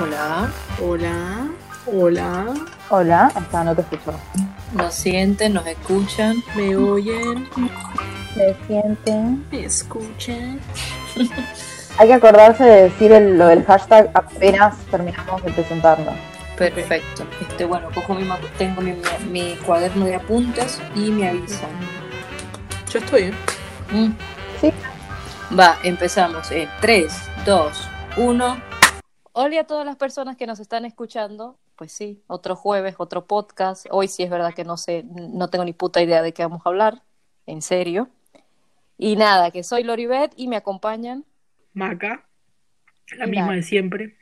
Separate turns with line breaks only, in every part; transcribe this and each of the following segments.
Hola, hola, hola.
Hola, hasta no te escucho.
Nos sienten, nos escuchan.
¿Me oyen?
Me sienten.
¿Me escuchan?
Hay que acordarse de decir el- lo del hashtag apenas terminamos de presentarnos.
Perfecto. Este, bueno, cojo mi, ma- tengo mi, mi- mi cuaderno de apuntes y me avisan.
Yo estoy, ¿eh?
Mm.
Sí.
Va, empezamos. Eh, 3, 2, 1. Hola a todas las personas que nos están escuchando. Pues sí, otro jueves, otro podcast. Hoy sí es verdad que no sé, no tengo ni puta idea de qué vamos a hablar. En serio. Y nada, que soy Loribet y me acompañan.
Maca, la
Dale.
misma de siempre.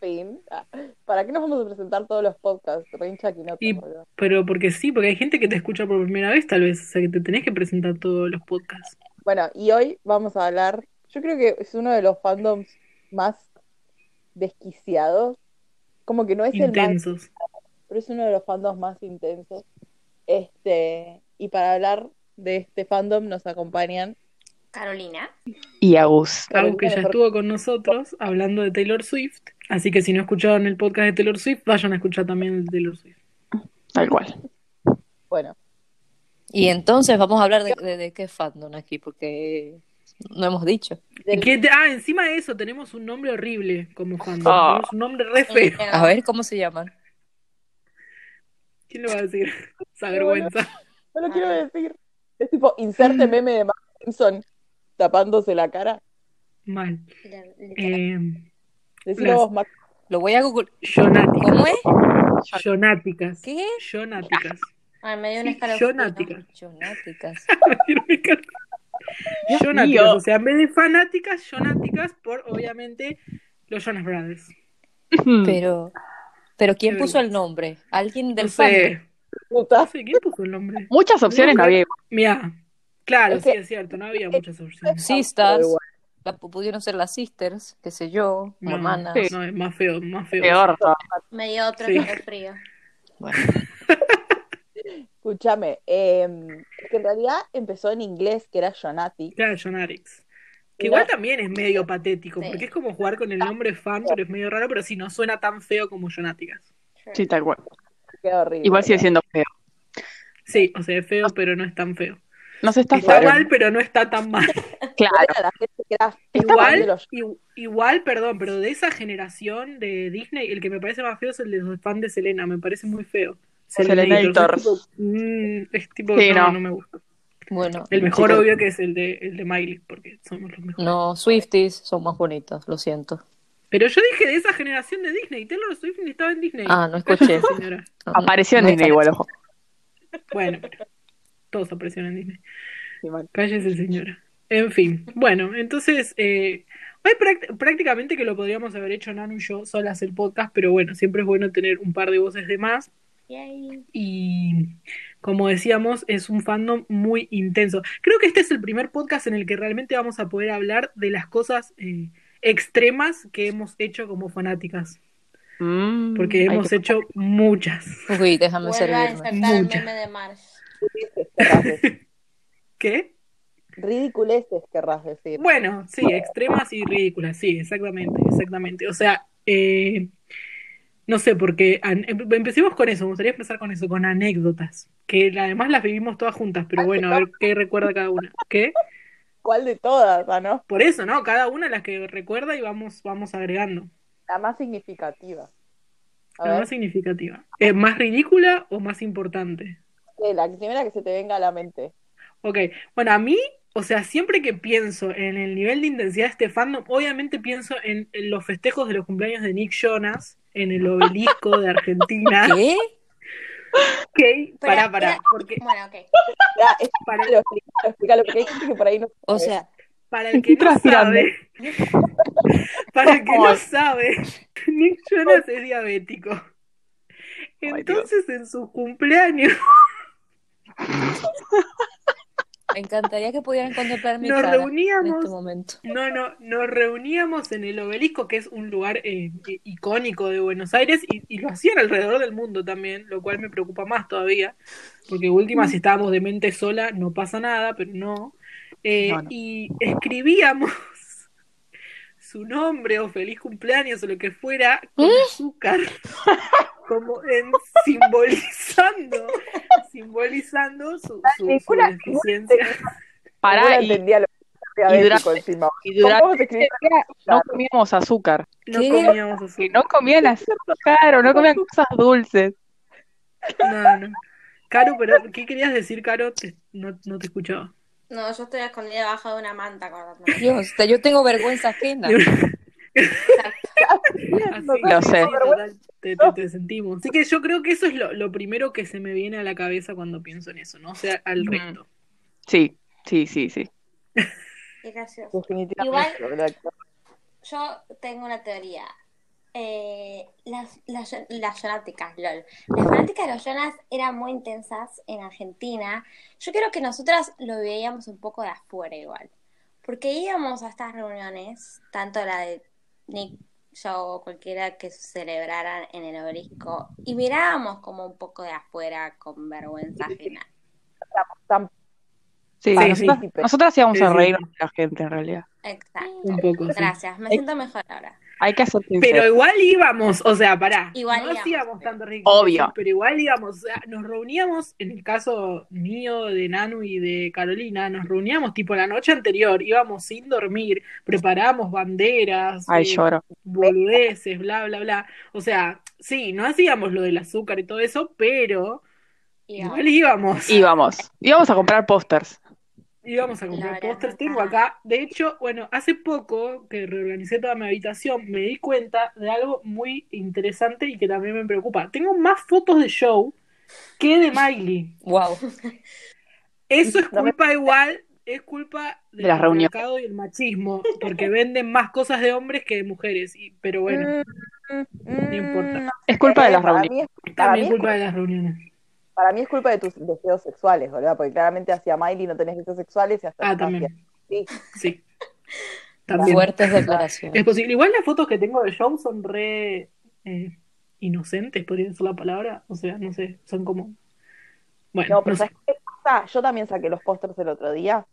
Fin. Ah, ¿Para qué nos vamos a presentar todos los podcasts? Rincha Quinoto,
Y-
boludo.
Pero porque sí, porque hay gente que te escucha por primera vez, tal vez. O sea, que te tenés que presentar todos los podcasts.
Bueno, y hoy vamos a hablar. Yo creo que es uno de los fandoms más desquiciados. Como que no es el más,
Intensos.
pero es uno de los fandoms más intensos. Este, y para hablar de este fandom nos acompañan.
Carolina.
y Agus.
Algo que ya
Carolina,
estuvo con nosotros hablando de Taylor Swift. Así que si no escucharon el podcast de Taylor Swift, vayan a escuchar también el de Taylor Swift.
Tal cual.
Bueno,
Y entonces vamos a hablar de, de- de qué fandom aquí, porque no hemos dicho.
¿Y
del-
qué te- Ah, encima de eso, tenemos un nombre horrible como fandom.
Ah.
Tenemos un nombre re
Eh,
feo.
A ver cómo se llaman.
¿Quién lo va a decir? Esa vergüenza.
no lo quiero decir. Es tipo,
Mm.
inserte meme de Mark Simpson tapándose la cara.
Mal.
La- literal.
Eh,
Decilo
Las-
vos, Mark.
Lo voy a Google.
Jonáticas.
¿Cómo es?
Jonáticas.
¿Qué?
Jonáticas.
Ay, me dio
Sí,
una escalofrío.
Jonática.
Jonáticas.
Jonáticas.
mío.
O sea, en vez de fanáticas, Jonáticas por obviamente los Jonas Brothers.
Mm.
Pero, pero ¿quién
Qué
puso el nombre? ¿Alguien del
No sé. No
Puta.
sé, ¿quién puso el nombre?
Muchas opciones
No,
había.
Mira. Claro,
Es
sí,
que-
es cierto. No había muchas
fandom?
opciones.
Sisters. La, pudieron ser las sisters, qué sé yo,
No,
hermanas.
no, es más feo, más feo.
Peor. todavía.
Me dio otro
Sí.
frío.
Bueno,
Escúchame, em, es que en realidad empezó en inglés, que era Jonati.
Claro, Jonatics. Que
Y
igual
no-
también es medio patético,
Sí.
porque es como jugar con el nombre fan, pero es medio raro, pero si no suena tan feo como Jonáticas.
Sí, tal cual.
Queda horrible.
Igual sigue siendo feo.
Sí, o sea, es feo, pero no es tan feo.
No se está
Está
feo.
mal, pero no está tan mal.
Claro.
Era la gente que era fan de
Igual,
los-
i- igual, perdón, pero de esa generación de Disney, el que me parece más feo es el de los fan de Selena, me parece muy feo.
Selenator.
Es tipo, mm, es tipo,
Sí,
no,
no.
no me gusta.
bueno,
El mejor
Sí, sí.
obvio que es el de, el de Miley, porque somos los mejores.
no, Swifties son más bonitos, lo siento.
Pero yo dije de esa generación de Disney, Taylor Swift ni estaba en Disney.
Ah, no escuché.
Cállese, señora.
No, no,
Apareció en
no
Disney
está-
igual, ojo.
Bueno, pero todos aparecieron en Disney.
Sí, mal.
Cállese, señora. En fin, bueno, entonces, eh, hoy práct- prácticamente que lo podríamos haber hecho Nanu y yo solas el podcast, pero bueno, siempre es bueno tener un par de voces de más.
Yay.
Y como decíamos, es un fandom muy intenso. Creo que este es el primer podcast en el que realmente vamos a poder hablar de las cosas eh, extremas que hemos hecho como fanáticas,
Mm,
porque
hay
hemos
que-
hecho muchas.
Uy, déjame
Vuelve a
servirme.
insertar el
Mucha.
meme de Mars.
Querrás decir.
¿Qué?
Ridiculeces, querrás decir.
Bueno, sí, extremas y ridículas, sí, exactamente, exactamente. O sea, eh, no sé, porque an- em- empecemos con eso, me gustaría empezar con eso, con anécdotas, que la- además las vivimos todas juntas, pero bueno, a ver qué recuerda cada una. ¿Qué?
¿Cuál de todas, ah, no?
Por eso, ¿no? Cada una las que recuerda y vamos, vamos agregando.
La más significativa. A
La
ver,
más significativa. Eh, ¿Más ridícula o más importante?
que eh, la primera que se te venga a la mente.
Ok, bueno, a mí, o sea, siempre que pienso en el nivel de intensidad de este fandom, obviamente pienso en, en los festejos de los cumpleaños de Nick Jonas, en el obelisco de Argentina.
¿Qué?
Ok, pará, pará,
espera.
porque
Bueno, ok.
Ya, es-
para,
explícalo, explícalo, explícalo, porque hay gente que por ahí no
O
sabe.
sea,
para el que
Estoy
no
transpirando.
sabe, para el que no sabe, Nick Jonas es diabético.
Dios.
Entonces, en su cumpleaños
me encantaría que pudieran contemplar mi
nos
cara en
reuníamos
este momento.
No, no, nos reuníamos en el obelisco, que es un lugar eh, i- icónico de Buenos Aires, y, y lo hacían alrededor del mundo también, lo cual me preocupa más todavía, porque última, si estábamos de mente sola, no pasa nada, pero no. Eh,
No, no.
Y escribíamos su nombre o feliz cumpleaños o lo que fuera con azúcar, como en, simbolizando, simbolizando su, su, su
ninguna-
deficiencia.
Ninguna
Pará, y
entendía lo que era
y
diabético
durante-
encima.
y
¿Cómo
durante
vos escribís
ese día no comíamos azúcar.
No
¿Qué?
comíamos
Que
azúcar.
no comían azúcar o no comían cosas dulces.
No, no. Caro, pero ¿qué querías decir, Caro? Te- no, no te escuchaba.
No, yo estoy escondida debajo de una manta, acordándome.
Dios, te- yo tengo vergüenza ajena.
Así,
Lo sé.
sí, total, te, te- te sentimos. Así que yo creo que eso es lo, lo primero que se me viene a la cabeza cuando pienso en eso, ¿no? O sea, al
Mm.
resto.
Sí, sí, sí, sí.
Qué gracioso.
Definitivamente, la verdad que-
Yo tengo una teoría. Eh, las, las, las fanáticas, lol. Las fanáticas de los Jonas eran muy intensas en Argentina. Yo creo que nosotras lo veíamos un poco de afuera igual. Porque íbamos a estas reuniones, tanto la de Nick, yo o cualquiera que se celebraran en el obelisco, y mirábamos como un poco de afuera con vergüenza ajena.
tan-
Sí,
Sí,
nosotras,
sí.
nosotras íbamos
Sí,
a
sí.
reírnos de la gente en realidad.
Exacto.
Un poco, sí.
Gracias, me siento mejor ahora.
Hay que ser
Pero
sinceros.
igual íbamos, o sea, pará.
Igual
no
íbamos,
hacíamos
pero-
tanto rico.
Obvio.
Pero igual íbamos, o sea, nos reuníamos, en el caso mío, de Nanu y de Carolina, nos reuníamos tipo la noche anterior, íbamos sin dormir, preparábamos banderas,
Ay,
eh,
lloro.
boludeces, bla, bla, bla. O sea, sí, no hacíamos lo del azúcar y todo eso, pero
Íbamos.
igual íbamos.
Íbamos. Íbamos a comprar pósters.
Íbamos a
La
comprar
verdad,
pósters.
ajá.
Tengo acá, de hecho, bueno, hace poco que reorganicé toda mi habitación, me di cuenta de algo muy interesante y que también me preocupa. Tengo más fotos de show que de Miley.
Wow.
Eso es
No me-
culpa igual, es culpa del
De las reuniones.
patriarcado y el machismo, porque venden más cosas de hombres que de mujeres. Y, pero bueno,
Mm,
importa.
no
Es culpa de
sé,
las
para
reuniones.
mí es- para mí
también
es
es culpa de las reuniones.
Para mí es culpa de tus deseos sexuales, boludo, porque claramente hacia Miley no tenés deseos sexuales y hasta
Ah, también.
Sí.
Sí. También.
Fuertes
Es
declaraciones.
posible. Igual las fotos que tengo de show son re eh, inocentes, podría ser la palabra. O sea, no sé, son como. Bueno,
No, pero
no sé.
¿sabes qué pasa? Yo también saqué los pósters el otro día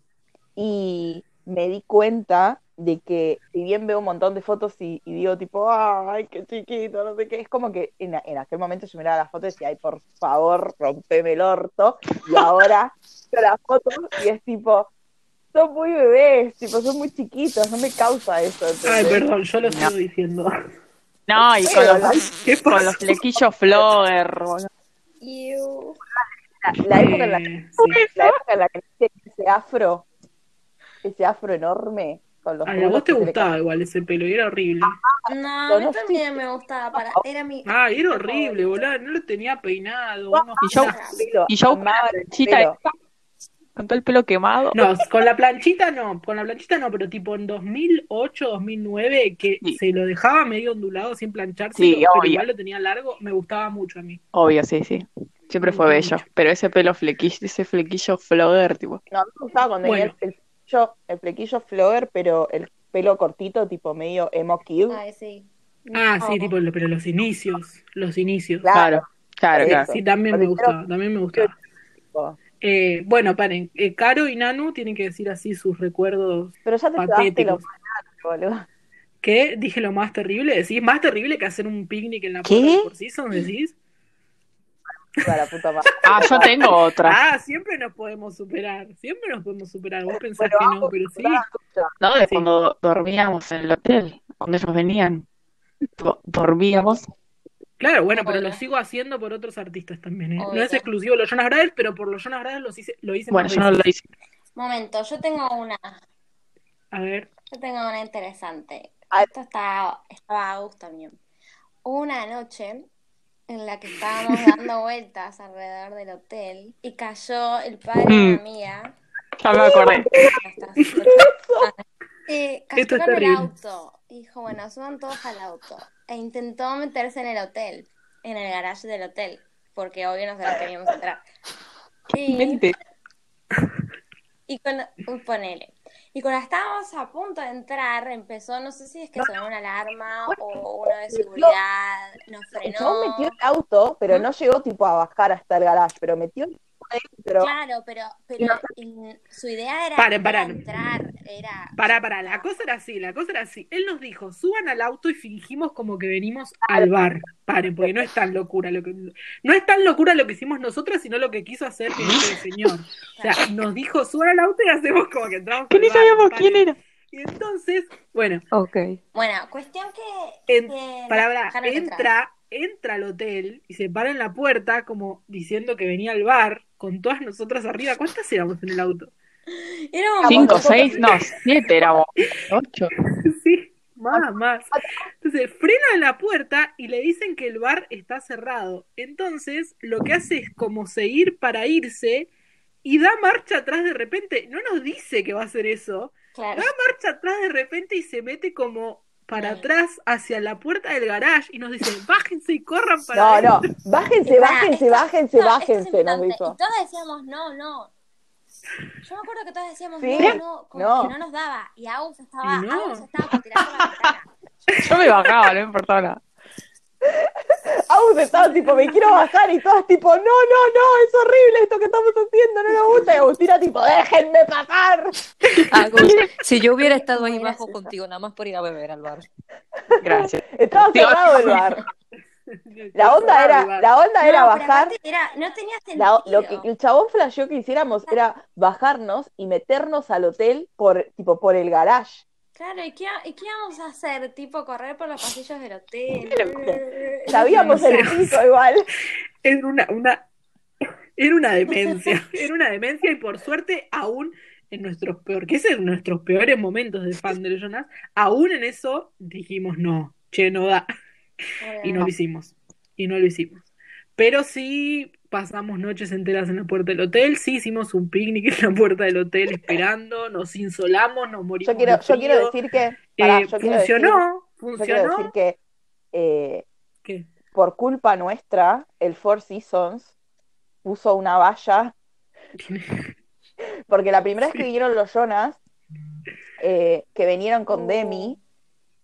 y me di cuenta de que si bien veo un montón de fotos y, y digo tipo, ay, qué chiquito, no sé qué, es como que en, en aquel momento yo miraba las fotos y decía, ay, por favor, rompeme el orto, y ahora veo las fotos y es tipo, son muy bebés, tipo, son muy chiquitos, no me causa eso.
Ay,
¿entendés?
perdón, yo lo estoy diciendo.
No, y con los,
¿Qué
con
pasa?
los flequillos flogger. boludo.
Iu.
La, la época en la que
Eh, sí.
la época en la que le hice ese afro, ese afro enorme con los Ah,
Ay, Ah, a vos te
rulos que se le
gustaba igual ese pelo y era horrible.
No,
Pero
a mí
no Ah.
también me gustaba. Para... Era mi.
Ay, Ah, era horrible, boludo. No lo tenía peinado. unos-
Y yo,
caía el pelo,
y yo con
amaba
la
el
planchita
pelo.
esta, con todo el pelo quemado.
No, con la planchita no, con la planchita no, pero tipo en 2008, 2009, que
Sí.
se lo dejaba medio ondulado sin plancharse,
Sí,
pero
obvio.
igual lo tenía largo, me gustaba mucho a mí.
Obvio, sí, sí. Siempre fue bello. Pero ese pelo flequillo, ese flequillo flogger, tipo.
No, a mí me gustaba cuando
Bueno.
tenía el, el flequillo, el flequillo flower, pero el pelo cortito, tipo medio emo kid.
Ay, sí.
Ah, sí,
Ah,
tipo, lo- pero los inicios, los inicios.
claro.
Claro,
Sí,
claro.
Sí, también me
Pero-
gustaba, también me gustaba.
tipo.
Eh, bueno, paren, eh, Caro y Nanu tienen que decir así sus recuerdos
Pero ya te quedaste lo
patéticos.
más largo, boludo.
¿Qué? Dije lo más terrible, decís, más terrible que hacer un picnic en la puerta
¿Qué?
de por Seasons, decís.
Para la puta madre.
Ah, yo tengo otra.
Ah, siempre nos podemos superar, siempre nos podemos superar. Vos pensás
Pero
que no,
vamos,
pero sí.
pará, escucha.
¿No? De
sí.
cuando dormíamos en el hotel, cuando ellos venían. Tipo, Dormíamos.
Claro, bueno, pero lo
Obvio.
sigo haciendo por otros artistas también, ¿eh? No
Obvio.
es exclusivo de los Jonas Brothers, pero por los Jonas Brothers los hice, lo hice
Bueno,
más
yo no lo
veces.
hice.
Momento, yo tengo una.
A ver,
Yo tengo una interesante.
Ay.
Esto está, estaba Agus también. Hubo Una noche en la que estábamos dando vueltas alrededor del hotel y cayó el padre de una
Mm.
amiga.
Ya me acordé.
Ya está, eh, cayó
Esto es
en el
terrible.
auto. Y Dijo, bueno, suban todos al auto. E intentó meterse en el hotel, en el garage del hotel, porque obvio no se lo queríamos entrar. Y-
Mente.
y con, uy, ponele. Y cuando estábamos a punto de entrar, empezó, no sé si es que sonó una alarma o uno de seguridad, nos
El chabón
frenó.
metió el auto, pero no llegó tipo a bajar hasta el garage, pero metió el de eso, pero
Claro, pero, pero en- su idea era
Paren,
para
paren.
entrar, era...
Pará, pará, la cosa era así, la cosa era así. Él nos dijo, suban al auto y fingimos como que venimos al bar. Paren, porque no es tan locura lo que no es tan locura lo que hicimos nosotras, sino lo que quiso hacer
¿Eh?
este señor. O sea, nos dijo, suban al auto y hacemos como que entramos.
Que
al
ni
bar,
sabíamos
paren.
quién era.
Y entonces, bueno,
Ok.
Bueno, cuestión que...
en-
que
pará, pará,
dejaron entrar.
entra, entra al hotel y se para en la puerta como diciendo que venía al bar con todas nosotras arriba. ¿Cuántas éramos en el auto?
Éramos
Cinco,
muy
seis,
pocos.
no, siete éramos. Ocho.
Sí, más, más. Entonces frena en la puerta y le dicen que el bar está cerrado. Entonces lo que hace es como seguir para irse y da marcha atrás de repente. No nos dice que va a hacer eso.
Claro.
Marcha atrás de repente y se mete como para
Claro.
atrás hacia la puerta del garage y nos dice, bájense y corran para
no,
adentro".
no, bájense, bájense,
Pará, esto-
bájense,
No, esto
bájense,
es
nos
importante.
dijo.
Y todos decíamos, no, no. Yo me acuerdo que todos decíamos,
Sí.
no, no, como
No.
que no nos daba. Y Agus estaba,
Y no.
Agus estaba por tirar por la ventana.
Yo me bajaba, no me importaba nada.
Agus estaba tipo, me quiero bajar y todas tipo, no, no, no, es horrible esto que estamos haciendo, no nos gusta. Y Agustina tipo, déjenme pasar.
Agus, si yo hubiera estado ahí
Muy
bajo
gracioso.
contigo, nada más por ir a beber al bar.
Gracias.
Estaba
Dios.
cerrado el bar. La onda era, la onda era
No, pero
bajar.
aparte era- no tenía
La-
sentido.
lo que el chabón flasheó que hiciéramos era bajarnos y meternos al hotel por tipo por el garage.
Claro, ¿y qué, ¿y qué íbamos a hacer? Tipo, correr por los pasillos del hotel.
Pero-
Sabíamos el piso igual.
Era una, una, era una demencia, era una demencia y por suerte aún en nuestros peor, que ese es nuestros peores momentos de fan de Jonas, aún en eso dijimos no, che, no da, y no lo hicimos, y no lo hicimos. Pero sí pasamos noches enteras en la puerta del hotel, sí hicimos un picnic en la puerta del hotel esperando, nos insolamos, nos morimos
Yo quiero,
de
yo
frío.
quiero decir que pará,
Eh,
yo quiero decir-
funcionó,
yo quiero
funcionó.
decir que eh,
¿Qué?
por culpa nuestra, el Four Seasons puso una valla Porque la primera vez que vinieron los Jonas, eh, que vinieron con Demi,
Oh.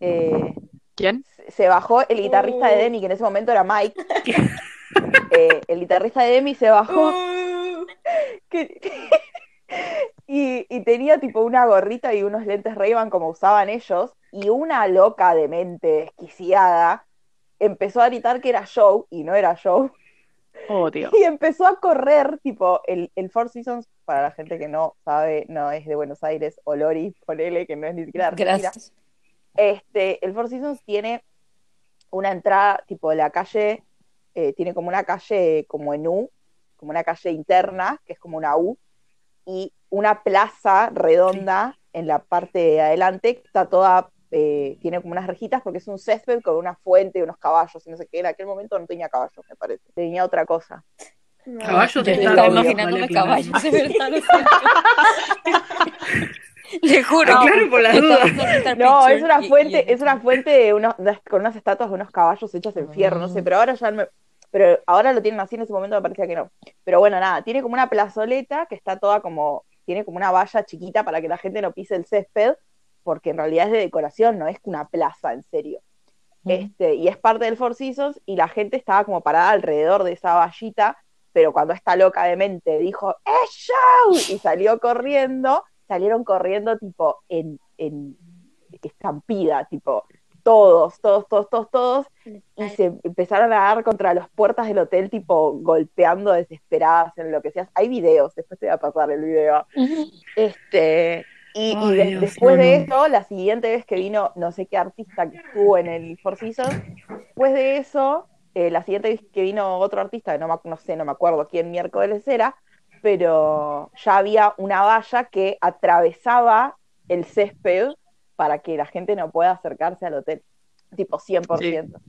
eh,
¿Quién?
se- se bajó el guitarrista de Demi, que en ese momento era Mike. Eh, el guitarrista de Demi se bajó
Uh.
Uh. que- y, y tenía tipo una gorrita y unos lentes ray como usaban ellos, y una loca de mente desquiciada empezó a gritar que era Joe y no era Joe.
Oh, Dios.
Y empezó a correr, tipo, el, el Four Seasons, para la gente que no sabe, no es de Buenos Aires, o Lori, ponele, que no es ni siquiera Argentina.
Gracias.
Este, el Four Seasons tiene una entrada, tipo, la calle, eh, tiene como una calle como en U, como una calle interna, que es como una U, y una plaza redonda en la parte de adelante, que está toda, eh, tiene como unas rejitas, porque es un césped con una fuente y unos caballos, y no sé qué, en aquel momento no tenía caballos, me parece, tenía otra cosa.
Caballos
Yo
de
estaba
estaba
Estados Unidos,
imaginándome
vale, claro.
caballos, de verdad. lo siento. Le juro.
Ah, Claro, por la duda.
No, es una fuente, es una fuente de unos, de- con unas estatuas de unos caballos hechas en fierro, no sé, pero ahora ya no- pero ahora lo tienen así, en ese momento me parecía que no. Pero bueno, nada, tiene como una plazoleta que está toda como, tiene como una valla chiquita para que la gente no pise el césped, porque en realidad es de decoración, no es una plaza, en serio. Este, y es parte del Four Seasons, y la gente estaba como parada alrededor de esa vallita, pero cuando esta loca de mente dijo, ¡Es Joe! Y salió corriendo, salieron corriendo tipo en, en estampida, tipo todos, todos, todos, todos, todos, y se empezaron a dar contra las puertas del hotel, tipo golpeando desesperadas, en lo que seas. Hay videos, después te voy a pasar el video. Este, y, y
Ay,
de-
Dios,
después
no,
de
no.
eso, la siguiente vez que vino, no sé qué artista que estuvo en el Four Seasons, después de eso, eh, la siguiente vez que vino otro artista, que no, me- no sé, no me acuerdo quién miércoles era, pero ya había una valla que atravesaba el césped para que la gente no pueda acercarse al hotel, tipo 100%.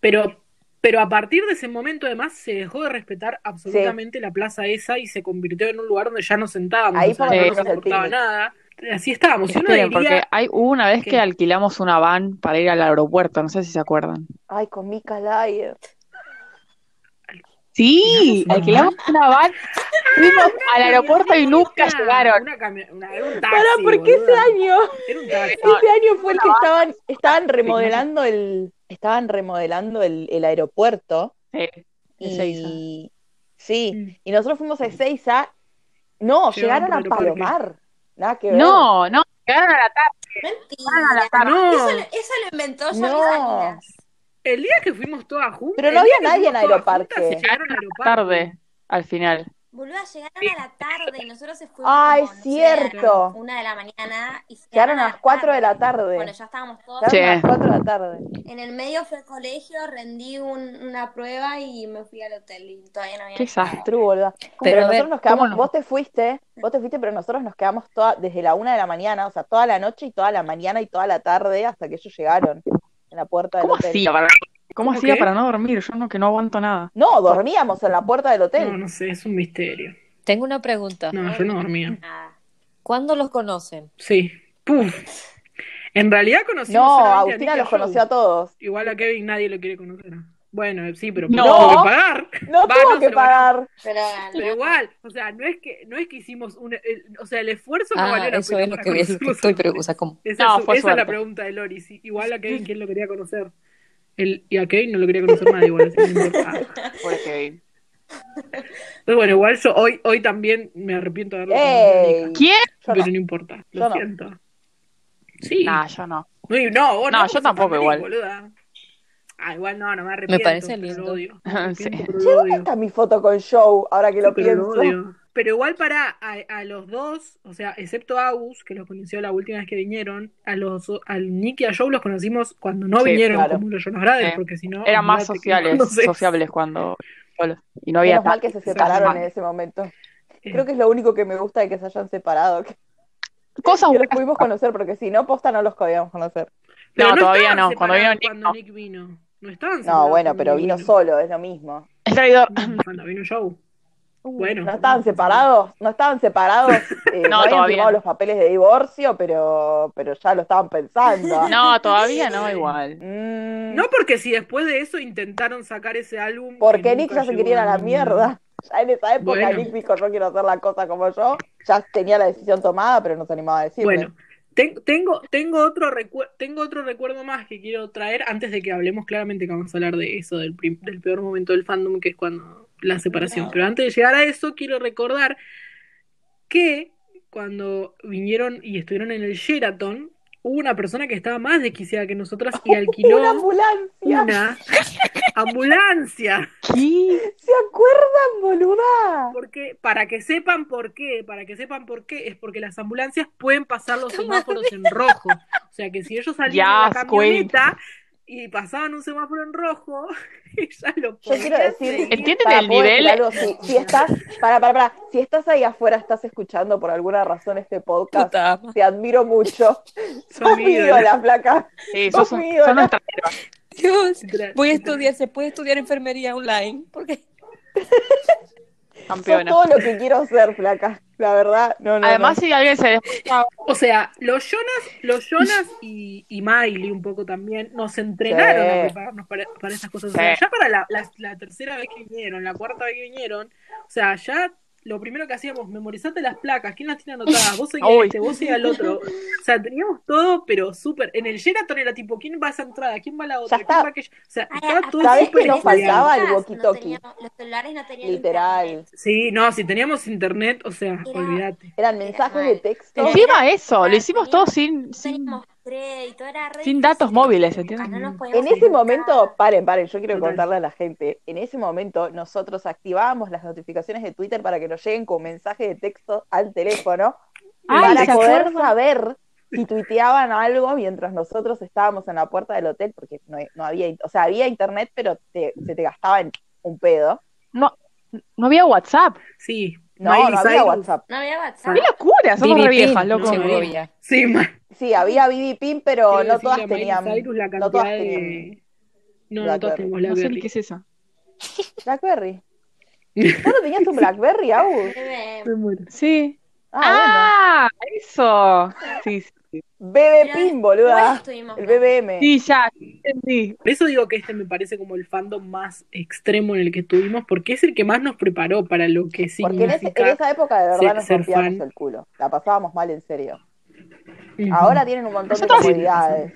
Pero, pero a partir de ese momento, además, se dejó de respetar absolutamente la plaza esa y se convirtió en un lugar donde ya nos sentábamos.
Ahí
o sea,
fue
no
donde
nos
hicimos el
importaba
picnic.
nada. Así estábamos. Y Pues uno
Esperen, porque
diría,
hay hubo una vez que
¿Qué?
alquilamos una van para ir al aeropuerto, no sé si se acuerdan.
Ay, con Mika Lyer.
Sí, alquilamos
¿Alquilamos
una van, fuimos
"Ay,
al aeropuerto y
hacemos
nunca
una-
llegaron.
una cami- una- era un
Para,
taxi,
¿por qué ese
Ah, boluda.
año?
Era un taxi.
No,
Ese año fue el que estaban, estaban remodelando el, estaban remodelando el, el aeropuerto
Sí,
y
Ezeiza.
Sí, y nosotros fuimos a Ezeiza. No,
Sí,
llegaron a
pero ¿por qué?
Palomar. Nada que ver.
No, no, llegaron a la tarde.
Mentira.
No.
Eso, lo- eso lo inventó Jordi
No.
Salinas.
El día que fuimos todas juntas.
Pero no
el día
había
que
nadie
fuimos
en
todas
Aeroparque.
juntas, se llegaron a Aeroparque.
tarde al final.
Boluda, llegaron a la tarde y nosotros se fuimos.
Ah,
como,
es
no sé,
cierto.
a la una de la mañana. Y
Llegaron a las 4 de la tarde.
Bueno, ya estábamos todos.
Llegaron
Sí.
a las 4 de la tarde.
En el medio fue al colegio, rendí un- una prueba y me fui al hotel. Y todavía no había.
Qué desastre.
True, boluda. Como
Pero
que
a ver,
nosotros nos quedamos,
¿cómo no?
vos te fuiste, vos te fuiste, pero nosotros nos quedamos toda, desde la una de la mañana, o sea, toda la noche y toda la mañana y toda la tarde hasta que ellos llegaron en la puerta del
¿Cómo
hotel.
hacía para, ¿cómo
¿Cómo
hacía
qué?
para no dormir? Yo no, que no aguanto nada.
No, dormíamos en la puerta del hotel.
No, no sé, es un misterio.
Tengo una pregunta.
No, yo no dormía.
Nada.
¿Cuándo los conocen?
Sí. Puf. En realidad conocimos
No,
solamente a
Agustina
Nick y
los conoció
Joe.
a todos.
Igual a Kevin nadie lo quiere conocer. Bueno, sí, pero
No.
tuvo que pagar.
No
Va,
tuvo
no
que
se lo ganó.
pagar.
Pero
Pero
ganó.
igual, o sea, no es que no es que hicimos un el- o sea, el esfuerzo no
Ah,
valió la
eso
pena
es lo
para
que, es lo que
conocerlos.
estoy preguntando. ¿cómo?
Esa,
No,
es,
fue
esa es la
suerte.
pregunta de Lori, sí. Igual a Kevin quién lo quería conocer. El, y a Kevin no lo quería conocer nadie igual, así que no importaba.
Pobre Kevin.
Pero bueno, igual yo hoy, hoy también me arrepiento de haberlo conocido a Nika,
¡Ey!
¿Quién?
Yo
pero
no.
no. importa, lo
Yo no.
siento. Sí.
Nah, yo no.
No, y no, vos
No,
no,
yo
sos
tampoco
tan
igual.
feliz, boluda. Ah, igual no, no me arrepiento.
parece
pero
lindo.
Lo odio.
Sí.
Arrepiento, pero
Che,
lo
¿dónde
odio.
está mi foto con Joe? Ahora que lo
Pero lo
pienso.
odio. Pero igual para a, a los dos, o sea, excepto Agus, que los conoció la última vez que vinieron, a los al Nick y a Joe los conocimos cuando no
Sí,
vinieron
claro.
como los Jonas Brothers,
Sí.
porque si no.
Eran más
olvidate que no
sociales,
conoces.
sociables cuando solos. Y no había
Menos mal
tanto.
que se separaron en
Mal.
ese momento.
Eh,
Creo que es lo único que me gusta de que se hayan separado. Que
Cosas
que los
buenas.
pudimos conocer, porque si no, posta no los podíamos conocer.
pero
No, todavía
estaban
no. Cuando vino
separados
Nick,
cuando
no.
Nick vino. No estaban
No,
separados
bueno,
cuando
pero
Nick
vino solo, es lo mismo.
El traidor.
Mm, Cuando vino Joe. Bueno.
Uh, No estaban separados, no estaban separados, eh,
No,
no, habían
todavía
firmado
no.
los papeles de divorcio, pero, pero ya lo estaban pensando.
No, todavía no, igual.
Mm,
No porque si después de eso intentaron sacar ese álbum.
porque
que
Nick
nunca
ya se
llegó
quería ir a la
ningún lado.
mierda. Ya en esa época
Bueno.
Nick dijo, yo quiero hacer la cosa como yo. Ya tenía la decisión tomada, pero no se animaba a decirle.
Bueno, ten- tengo, tengo, otro recuer- tengo otro recuerdo más que quiero traer antes de que hablemos claramente que vamos a hablar de eso, del, prim- del peor momento del fandom, que es cuando la separación. Pero antes de llegar a eso, quiero recordar que cuando vinieron y estuvieron en el Sheraton, hubo una persona que estaba más desquiciada que nosotras y alquiló
¡Una ambulancia!
una ambulancia.
¿Qué?
¿Se acuerdan, boluda?
Porque, para que sepan por qué, para que sepan por qué, es porque las ambulancias pueden pasar los semáforos en rojo. O sea que si ellos salían de la
Yas,
camioneta y pasaban un semáforo en rojo, ella lo
Yo quiero
podía
decir-
seguir.
¿Entienden
Para
el
poder
nivel?
decir algo, si, si estás, para, para, para, si estás ahí afuera, estás escuchando por alguna razón este podcast,
Puta ama.
te admiro mucho.
Son
Sos
mi
mi
ídola.
ídola, flaca.
Sí, sos,
Sos mi
sos
ídola.
nuestra.
Dios,
Literal,
voy a
literal.
estudiar, se puede estudiar enfermería online, porque
Sos
Campeona.
todo lo que quiero ser, flaca. La verdad, no, no.
Además,
no.
si alguien se desmayaba,
O sea, los Jonas, los Jonas y, y Miley un poco también nos entrenaron
Sí.
a prepararnos para, para esas cosas. O sea,
Sí.
ya para la, la- la tercera vez que vinieron, la cuarta vez que vinieron, o sea, ya lo primero que hacíamos, memorizate las placas, ¿quién las tiene anotadas? Vos seguías
Uy.
este, vos seguías al otro. O sea, teníamos todo, pero súper. En el Sheraton era tipo, ¿quién va a esa entrada? ¿Quién va a la otra?
Ya
¿Quién
está.
va a aquella? O sea,
Ay,
estaba todo
aparte
¿Sabés
súper
que nos
en esas
estudiado.
faltaba el
épocas no
walkie-talkie?
teníamos- los celulares no tenían
Literal.
internet.
Sí, no, si teníamos internet, o sea,
Era-
olvídate.
Eran mensajes de texto.
Pero-
encima eso, lo hicimos todo sin,
No
sin
teníamos crédito, era re difícil.
Sin datos móviles, ¿entiendes?
No nos podíamos
En ese
comunicar.
momento, paren, paren, yo quiero
Total.
contarle a la gente, en ese momento nosotros activábamos las notificaciones de Twitter para que nos lleguen con mensaje de texto al teléfono
Ay, ¿se
para poder
acuerdan?
saber si tuiteaban algo mientras nosotros estábamos en la puerta del hotel, porque no, no había, in- o sea, había internet, pero te- se te gastaba en un pedo.
No había WhatsApp.
Sí.
No,
Miley
no había
Cyrus.
WhatsApp.
No había WhatsApp.
¡Qué locura! Somos
Vivi
re viejas,
Pin,
loco.
no,
seguro
eh.
ya.
Sí, ma-
Sí, había BB Pin, pero
Quiero
no
decirle
todas
a Miley
tenían
Cyrus la
no todas
cantidad de-
tenían.
No, no
Blackberry.
todas tenemos
No sé ni
Blackberry.
qué es eso.
Blackberry. ¿Vos no tenías un Blackberry, Agus?
Eh,
Me muero.
Sí.
Ah,
¡Ah! Eso. Sí, sí, sí.
bueno. BB
pero
Pin,
igual
boluda.
estuvimos
ah, El
hablando.
BBM.
Sí, ya, entendí.
Por eso digo que este me parece como el fandom más extremo en el que estuvimos, porque es el que más nos preparó para lo que
Porque en, ese- en
significa.
esa época de verdad
ser-
nos
ser
rompíamos
fan.
el culo. La pasábamos mal en serio.
Ujú.
Ahora tienen un montón de
Nosotros-
comodidades.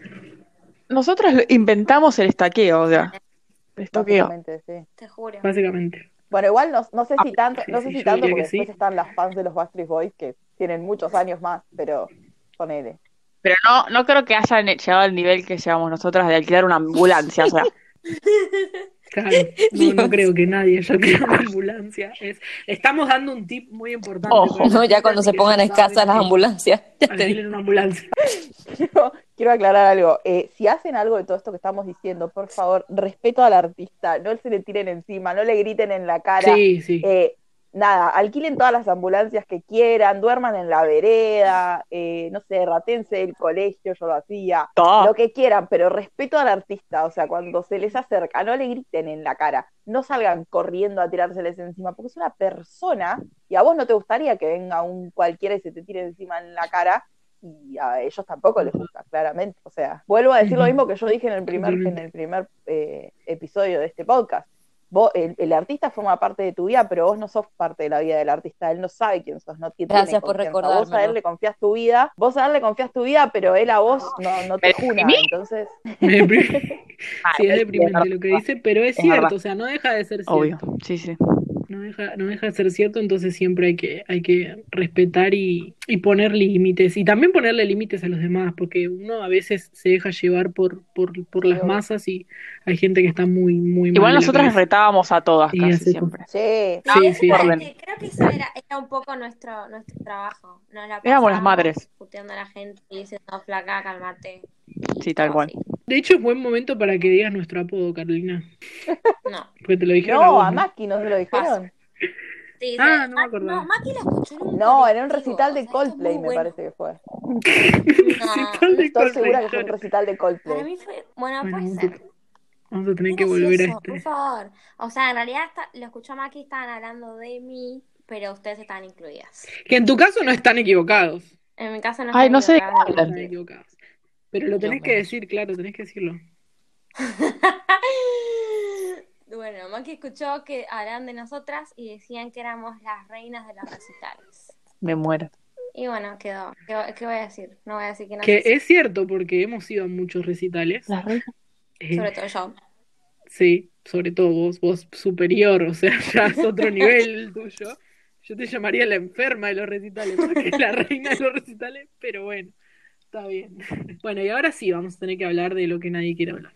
Nosotros inventamos el estaqueo, o sea. El estaqueo.
básicamente, sí.
Te juro.
Básicamente.
Bueno, igual no, no sé si tanto, no sé
Ah, Sí,
si
yo
tanto
diría
porque
que sí.
después están las fans de los Backstreet Boys que tienen muchos años más, pero ponele.
Pero no, no creo que hayan llegado al nivel que llegamos nosotras de alquilar una ambulancia. O sea,
Claro, no,
Dios.
no creo que nadie ya quiera una ambulancia. Es, estamos dando un tip muy importante.
Ojo.
para las
No, ya
chicas
cuando se
que
pongan
ya
escasas
saben
las
que
ambulancias. Ya te digo.
Alquilen una ambulancia.
Quiero, quiero aclarar algo. Eh, si hacen algo de todo esto que estamos diciendo, por favor, respeto al artista, no se le tiren encima, no le griten en la cara.
Sí, sí.
Eh, nada, alquilen todas las ambulancias que quieran, duerman en la vereda, eh, no sé, ratense del colegio, yo lo hacía,
todo.
lo que quieran, pero respeto al artista, o sea, cuando se les acerca, no le griten en la cara, no salgan corriendo a tirárseles encima, porque es una persona y a vos no te gustaría que venga un cualquiera y se te tire encima en la cara. Y a ellos tampoco les gusta, claramente. O sea, vuelvo a decir lo mismo que yo dije en el primer, en el primer eh, episodio de este podcast vos- el, el artista forma parte de tu vida, pero vos no sos parte de la vida del artista, él no sabe quién sos, no tiene
Gracias por
confianza. Vos
recordármelo.
a él le confías tu vida, vos a él le confías tu vida, pero él a vos no, no te
Me
juna,
deprimí.
entonces
Me deprime.
Ah,
Sí, es
es
deprimente lo que
verdad.
dice, pero es
Es verdad.
cierto, o sea, no deja de ser cierto.
Obvio, sí, sí.
No deja, no deja de ser cierto, entonces siempre hay que, hay que respetar y, y poner límites. Y también ponerle límites a los demás, porque uno a veces se deja llevar por, por, por las
obvio.
masas y hay gente que está muy, muy mal.
Igual
de la
nosotras
cabeza.
retábamos a todas
Sí,
casi
hace-
siempre.
che,
No,
Sí,
eso
sí.
era-
Orden.
eh, creo que eso era, era un poco nuestro, nuestro trabajo. Nos la
Éramos las
pasábamos
madres.
puteando a la gente y diciendo, flaca, calmate.
Sí, tal cual.
De hecho, es buen momento para que digas nuestro apodo, Carolina.
No.
Porque te lo dijeron a
no,
vos,
a
¿no?
Maki no se lo dijeron.
Sí,
Ah,
sí.
no me
Ma-
acordaba.
no, Maki lo escuchó en un
No,
colectivo,
era un recital
o
de
sea, esto es muy
Coldplay, me
bueno.
parece que fue.
Recital de
Estoy segura que fue un
Coldplay.
recital de
Para
Coldplay.
mí fue.
Bueno,
Bueno, puede
vamos a-
ser.
Vamos a tener
Qué
que volver a
gracioso,
este.
Por favor. O sea, en realidad está- lo escuchó Maki, estaban hablando de mí, pero ustedes estaban incluidas.
Que en tu caso no están equivocados.
En mi caso no
Ay,
están
no sé de
equivocadas,
qué
No
no
están
estoy.
equivocados. Pero lo tenés que decir, claro, tenés que decirlo.
Bueno, Maki escuchó que hablaban de nosotras y decían que éramos las reinas de los recitales.
Me muero.
Y bueno, quedó. ¿Qué, qué voy a decir? No voy a decir que no.
Que
sé
es cierto, porque hemos ido a muchos recitales.
Las reinas.
si-
Eh,
Sobre todo yo.
sí, sobre todo vos, vos superior, o sea, ya es otro nivel el tuyo. Yo te llamaría la enferma de los recitales, porque es la reina de los recitales, pero bueno, está bien. Bueno, y ahora sí, vamos a tener que hablar de lo que nadie quiere hablar.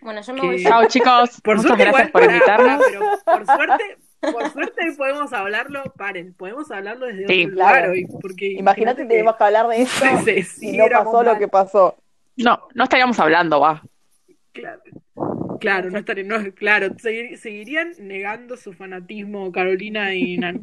Bueno, yo me
Que-
voy ya.
Chao, chicos.
Por
Muchas
suerte,
gracias
igual,
por
pará,
invitarnos.
pará, pero por suerte, por suerte podemos hablarlo, paren, podemos hablarlo desde
Sí,
otro
claro.
lugar hoy, porque
Imagínate
imagínate
que tenemos que hablar de esto
que se
y no pasó lo
hiciéramos
que pasó.
No, no estaríamos hablando, va.
Claro, claro, no estarían, no, claro, seguir- seguirían negando su fanatismo Carolina y Nan.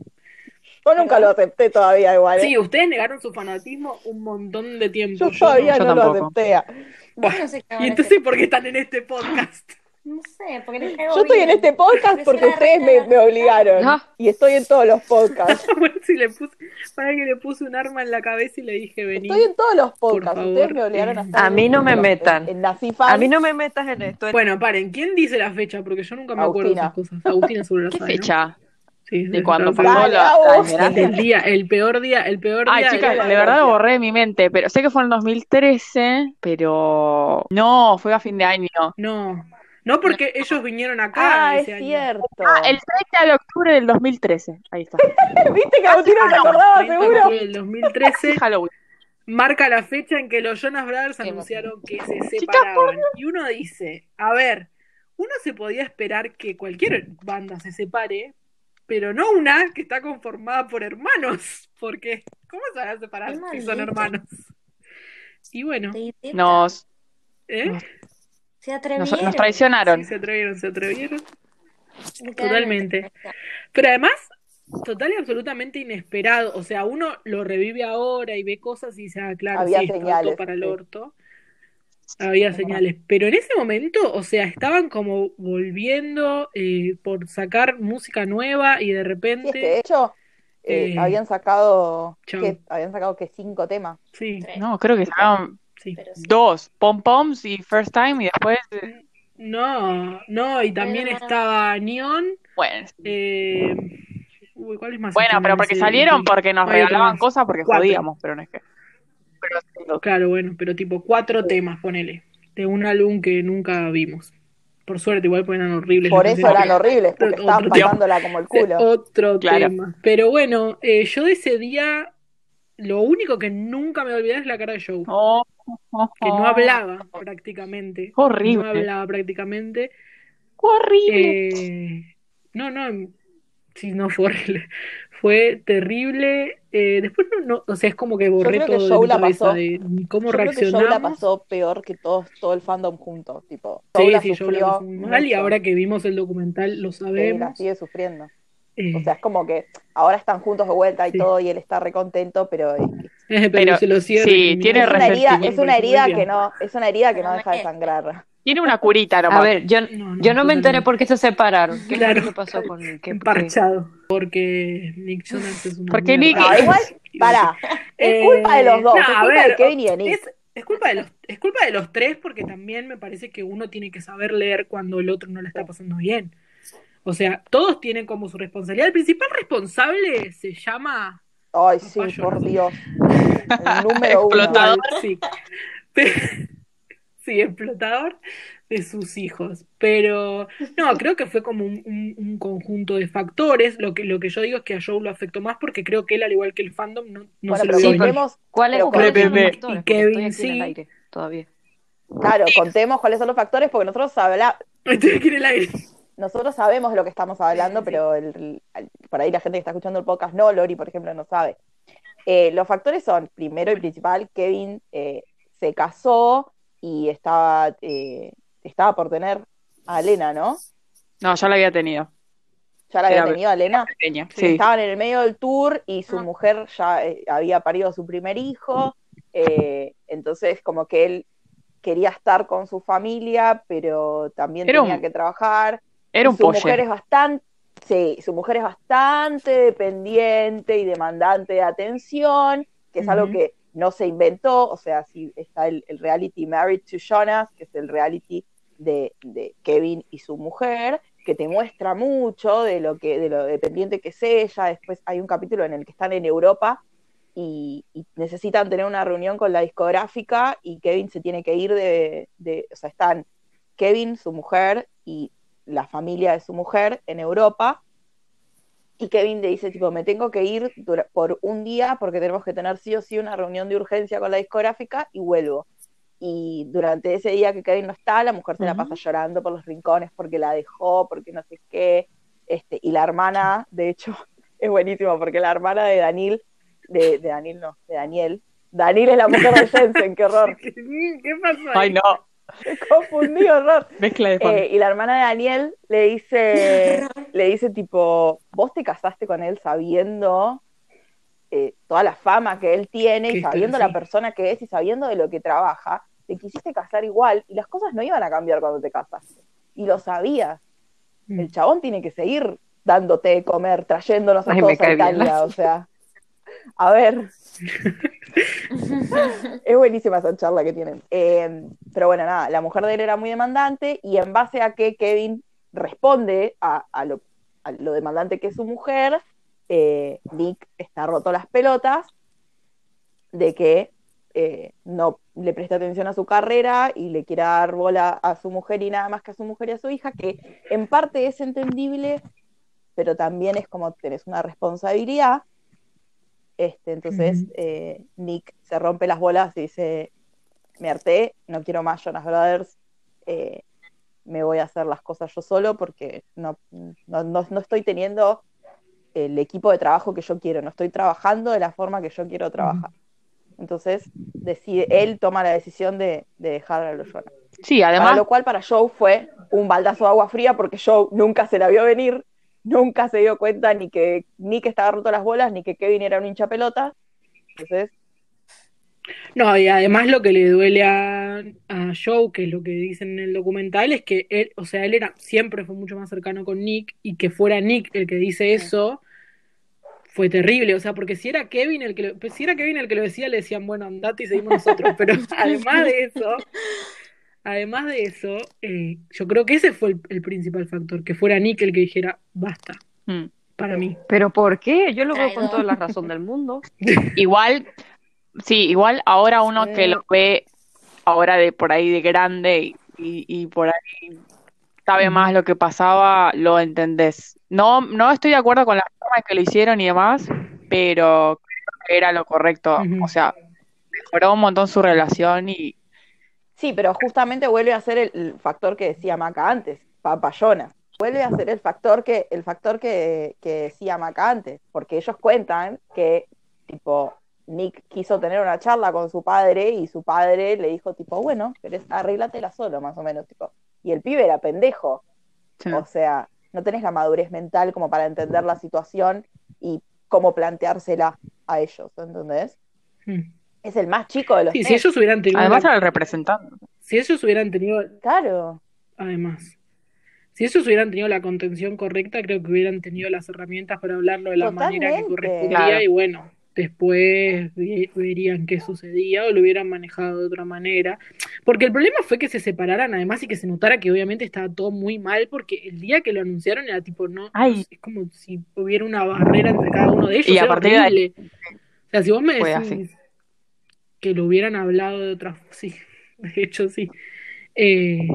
Yo nunca lo acepté todavía igual. ¿eh?
Sí, ustedes negaron su fanatismo un montón de tiempo.
yo
yo no.
todavía
yo
no lo
tampoco.
acepté.
Bueno,
Yo no sé qué
Ah, y
van a hacer.
entonces, ¿por qué están en este podcast?
No sé, porque les caigo
Yo estoy en
bien.
este podcast porque
Soy la
ustedes
reina de
me,
los
me obligaron.
No.
Y estoy en todos los podcasts.
Bueno, si le puse, para que le puse un arma en la cabeza y le dije, vení.
Estoy en todos los podcasts.
favor,
ustedes me obligaron a
eh.
estar
A
en-
mí no me
en-
metan.
En, Nacifan.
A mí no me metas en esto.
Bueno, paren, ¿quién dice la fecha? Porque yo nunca me acuerdo de esas cosas. Agustina seguro la
¿Qué
sabe, ¿no?
fecha?
Sí,
¿De
sí,
cuándo
sí.
pasó
Dale,
la,
a
la
vos.
desgracia?
El día, el peor día, el peor
Ay,
día.
chicas,
de-
de verdad lo borré de mi mente, pero sé que fue en 2013, pero no, fue a fin de año.
No, no porque ellos vinieron acá
Ah, es
ese año.
cierto.
Ah, el 30 de octubre del 2013. Ahí está.
Viste que Agustina se
Ah, no.
acordaba
30 de
seguro.
octubre del 2013
Sí, Halloween.
marca la fecha en que los Jonas Brothers
Qué
anunciaron que se separaban. Y uno dice, a ver, uno se podía esperar que cualquier banda se separe, pero no una que está conformada por hermanos, porque ¿cómo se van a separar
Qué
si son
maldito.
hermanos? Y bueno,
Te irrita.
Nos,
¿eh?
Se
nos,
atrevieron.
nos traicionaron.
Sí, se atrevieron, se atrevieron.
Literalmente.
Pero además, total y absolutamente inesperado. O sea, uno lo revive ahora y ve cosas y dice, ah, claro,
Había
sí, estaba todo
señales,
para el
sí.
orto. Había señales. Pero en ese momento, o sea, estaban como volviendo eh, por sacar música nueva y de
Sí, es que de
repente.
hecho eh,
Eh,
habían sacado
chau.
que habían sacado que cinco temas.
Sí,
Tres,
No, creo que sacaron
sí.
pero sí.
dos, Pom Poms y First Time, y después, eh,
No, no, y también estaba Neon.
bueno.
eh, Uy, ¿cuál es más?
Bueno, pero porque salieron, porque nos
No hay otro
regalaban
más.
cosas, porque
Cuatro.
jodíamos, pero no es que... pero sí,
Claro, bueno, pero tipo cuatro temas, ponele, de un álbum que nunca vimos. Por suerte, igual porque eran horribles.
Por
las
eso
canciones.
eran horribles, porque
Otro
estaban
tema.
pasándola como el culo.
Otro
Claro.
tema. Pero bueno, eh, yo de ese día, lo único que nunca me voy a olvidar es la cara de Joe,
Oh, oh,
que no
oh.
hablaba prácticamente.
Horrible.
No hablaba prácticamente.
Horrible.
Eh, no, no, sí, no fue horrible. Fue terrible. Eh, después no, no, o sea, es como que borré
creo que
todo de
Joe
mi
la
cabeza
pasó.
de ni
Yo
cómo
creo que Joe la
reaccionamos.
pasó peor que todos, todo el fandom juntos. Tipo,
Sí,
Joe la
sí, Joe la
sufrió
pasó muy mal y
mucho.
ahora que vimos el documental lo
Sí, la
sabemos.
sigue sufriendo.
Eh,
O sea, es como que ahora están juntos de vuelta y
Sí.
todo, y él está recontento, pero es,
pero
pero
se lo sigue
sí,
recriminando.
tiene
es una herida, es una herida que no, es una herida que no
No
deja de
merece.
sangrar.
Tiene una curita nomás.
A ver, yo,
No, no,
yo no me enteré
totalmente.
por qué se separaron. ¿Qué fue lo
Claro.
que pasó con qué- qué-
Emparchado. Porque Nick Jonas es una
Porque
mierda.
Nick-
No, Ah, igual, pará,
Eh,
es culpa de los dos,
no,
es
a
culpa
ver,
de Kevin y de Nick.
Es, es culpa de los, es culpa de los tres porque también me parece que uno tiene que saber leer cuando el otro no la está pasando bien. O sea, todos tienen como su responsabilidad. El principal responsable se llama
Ay, sí,
Papá, yo
por
no.
Dios. El número uno.
Explotado. ¿Explotador?
Sí. Pe- sí, explotador de sus hijos. Pero no, creo que fue como un, un- un conjunto de factores. Lo que, lo que yo digo es que a Joe lo afectó más porque creo que él, al igual que el fandom, no, no
Bueno,
se lo
pero
dio
sí,
bien.
contemos,
¿Cuál es
Pero
cuáles son los
Pepe
factores?
y
Porque
Kevin,
estoy aquí en
sí.
el aire todavía.
claro, contemos cuáles son los factores, porque nosotros habla,
Estoy aquí en el aire.
nosotros sabemos de lo que estamos hablando, pero el- el- por ahí la gente que está escuchando el podcast no, Lori, por ejemplo, no sabe. Eh, los factores son, primero y principal, Kevin eh, se casó y estaba, eh, estaba por tener a Elena, ¿no?
No, ya la había tenido.
Ya la había
Era-
tenido a Elena.
Pequeña.
Sí.
Sí.
Estaban en el medio del tour y su
Ah.
mujer ya eh, había parido a su primer hijo, eh, entonces como que él quería estar con su familia, pero también
Era un-
tenía que trabajar.
Era un
su mujer
polle.
es bastante, sí, su mujer es bastante dependiente y demandante de atención, que es algo
Ujú.
que no se inventó, o sea, sí está el, el reality Married to Jonas, que es el reality de, de Kevin y su mujer, que te muestra mucho de lo que, de lo dependiente que es ella. Después hay un capítulo en el que están en Europa y, y necesitan tener una reunión con la discográfica y Kevin se tiene que ir de, de, o sea, están Kevin, su mujer y la familia de su mujer en Europa. Y Kevin le dice, tipo, me tengo que ir dura- por un día porque tenemos que tener sí o sí una reunión de urgencia con la discográfica y vuelvo. Y durante ese día que Kevin no está, la mujer se la
Ujú.
pasa llorando por los rincones porque la dejó, porque no sé qué. Este, y la hermana, de hecho, es buenísimo porque la hermana de Daniel, de, de Daniel no, de Daniel. Daniel es la mujer de Jensen, qué horror.
¿Qué pasó? ahí?
Ay, no.
Confundí horror.
Mezcla de
Eh, y la hermana de Daniel le dice, le dice tipo, vos te casaste con él sabiendo eh, toda la fama que él tiene
Que
y
está-
sabiendo
sí.
la persona que es y sabiendo de lo que trabaja, te quisiste casar igual y las cosas no iban a cambiar cuando te casaste. Y lo sabías.
Mm.
El chabón tiene que seguir dándote de comer, trayéndonos a
Ay, me
todos a
cae bien.
Italia, o sea. A ver. Es buenísima esa charla que tienen. Eh, pero bueno, nada, la mujer de él era muy demandante y en base a que Kevin responde a, a lo, a lo demandante que es su mujer, eh, Nick está roto las pelotas de que eh, no le presta atención a su carrera y le quiera dar bola a su mujer y nada más que a su mujer y a su hija, que en parte es entendible, pero también es como tenés una responsabilidad. Este, entonces
Ujú.
eh, Nick se rompe las bolas y dice, me harté, no quiero más Jonas Brothers, eh, me voy a hacer las cosas yo solo porque no, no, no- no estoy teniendo el equipo de trabajo que yo quiero, no estoy trabajando de la forma que yo quiero trabajar. Entonces, decide, él toma la decisión de, de dejar a los Jonas.
Sí,
Para
además.
lo cual para Joe fue un baldazo de agua fría porque Joe nunca se la vio venir, nunca se dio cuenta ni que Nick estaba roto las bolas, ni que Kevin era un hincha pelota. Entonces,
No, y además lo que le duele a, a Joe, que es lo que dicen en el documental, es que él, o sea, él era, siempre fue mucho más cercano con Nick, y que fuera Nick el que dice eso, fue terrible. O sea, porque si era Kevin el que lo, pues, si era Kevin el que lo decía, le decían, bueno, andate y seguimos nosotros. Pero además de eso, además de eso, eh, yo creo que ese fue el, el principal factor, que fuera Nick el que dijera, basta,
Mm.
para mí.
¿Pero por qué? Yo lo veo con
Traidor.
toda la razón del mundo.
Igual, sí, igual ahora uno que lo ve ahora de por ahí de grande y, y- y por ahí sabe más lo que pasaba, lo entendés. No, no estoy de acuerdo con la forma en que lo hicieron y demás, pero creo que era lo correcto.
Ujú.
O sea, mejoró un montón su relación y
Sí, pero justamente vuelve a ser el, el factor que decía Maca antes, papayona. Vuelve a ser el factor que, el factor que, que decía Maca antes, porque ellos cuentan que tipo Nick quiso tener una charla con su padre y su padre le dijo tipo, bueno, querés arréglatela solo, más o menos, tipo. Y el pibe era pendejo.
Sí.
O sea, no tenés la madurez mental como para entender la situación y cómo planteársela a ellos, ¿entendés?
Mm.
Es el más chico de los
Sí, si
tres.
ellos hubieran tenido,
además
la-
era el representante.
si ellos hubieran tenido,
Claro.
además, si ellos hubieran tenido la contención correcta, creo que hubieran tenido las herramientas para hablarlo de la manera que
Totalmente.
correspondía
Claro.
y bueno, después vi- verían qué sucedía o lo hubieran manejado de otra manera. Porque el problema fue que se separaran además y que se notara que obviamente estaba todo muy mal porque el día que lo anunciaron era tipo, no,
Ay.
es como si hubiera una barrera entre cada uno de ellos,
Y a
era
partir de ahí-
horrible. O sea, si vos me
Fue
decís
así.
que lo hubieran hablado de otra sí, de hecho sí. Eh,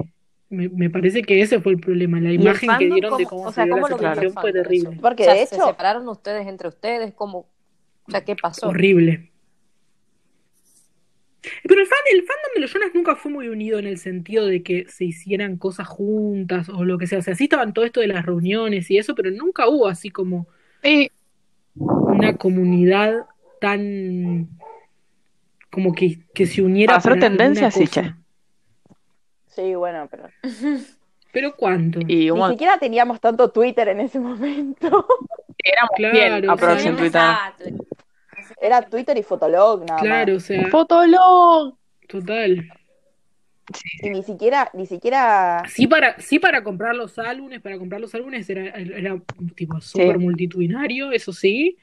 me, me parece que ese fue el problema, la
el
imagen que
fandom
dieron de
cómo-
cómo
o
se
sea,
dio la
¿cómo lo vio el
separación fue
fandom eso?
terrible,
Porque
O sea,
de
se
hecho,
separaron ustedes entre ustedes, como, o sea, ¿qué pasó?
horrible. Pero el, fan, el fandom de los Jonas nunca fue muy unido en el sentido de que se hicieran cosas juntas o lo que sea. O sea, sí estaban todo esto de las reuniones y eso, pero nunca hubo así como
Sí,
una comunidad tan como que, que se uniera
Para hacer
alguna
tendencias, sí,
cosa.
che.
sí, bueno, pero
Pero cuánto.
y un
Ni
montón.
siquiera teníamos tanto Twitter en ese momento.
éramos
Claro,
bien
sí.
aprox en
no
Twitter.
usaba Twitter. Así que-
Era Twitter y Fotolog nada
Claro,
más.
o sea,
Fotolog.
total.
Y ni siquiera, ni siquiera,
Sí para, sí para comprar los álbumes, para comprar los álbumes era, era tipo súper multitudinario, eso sí.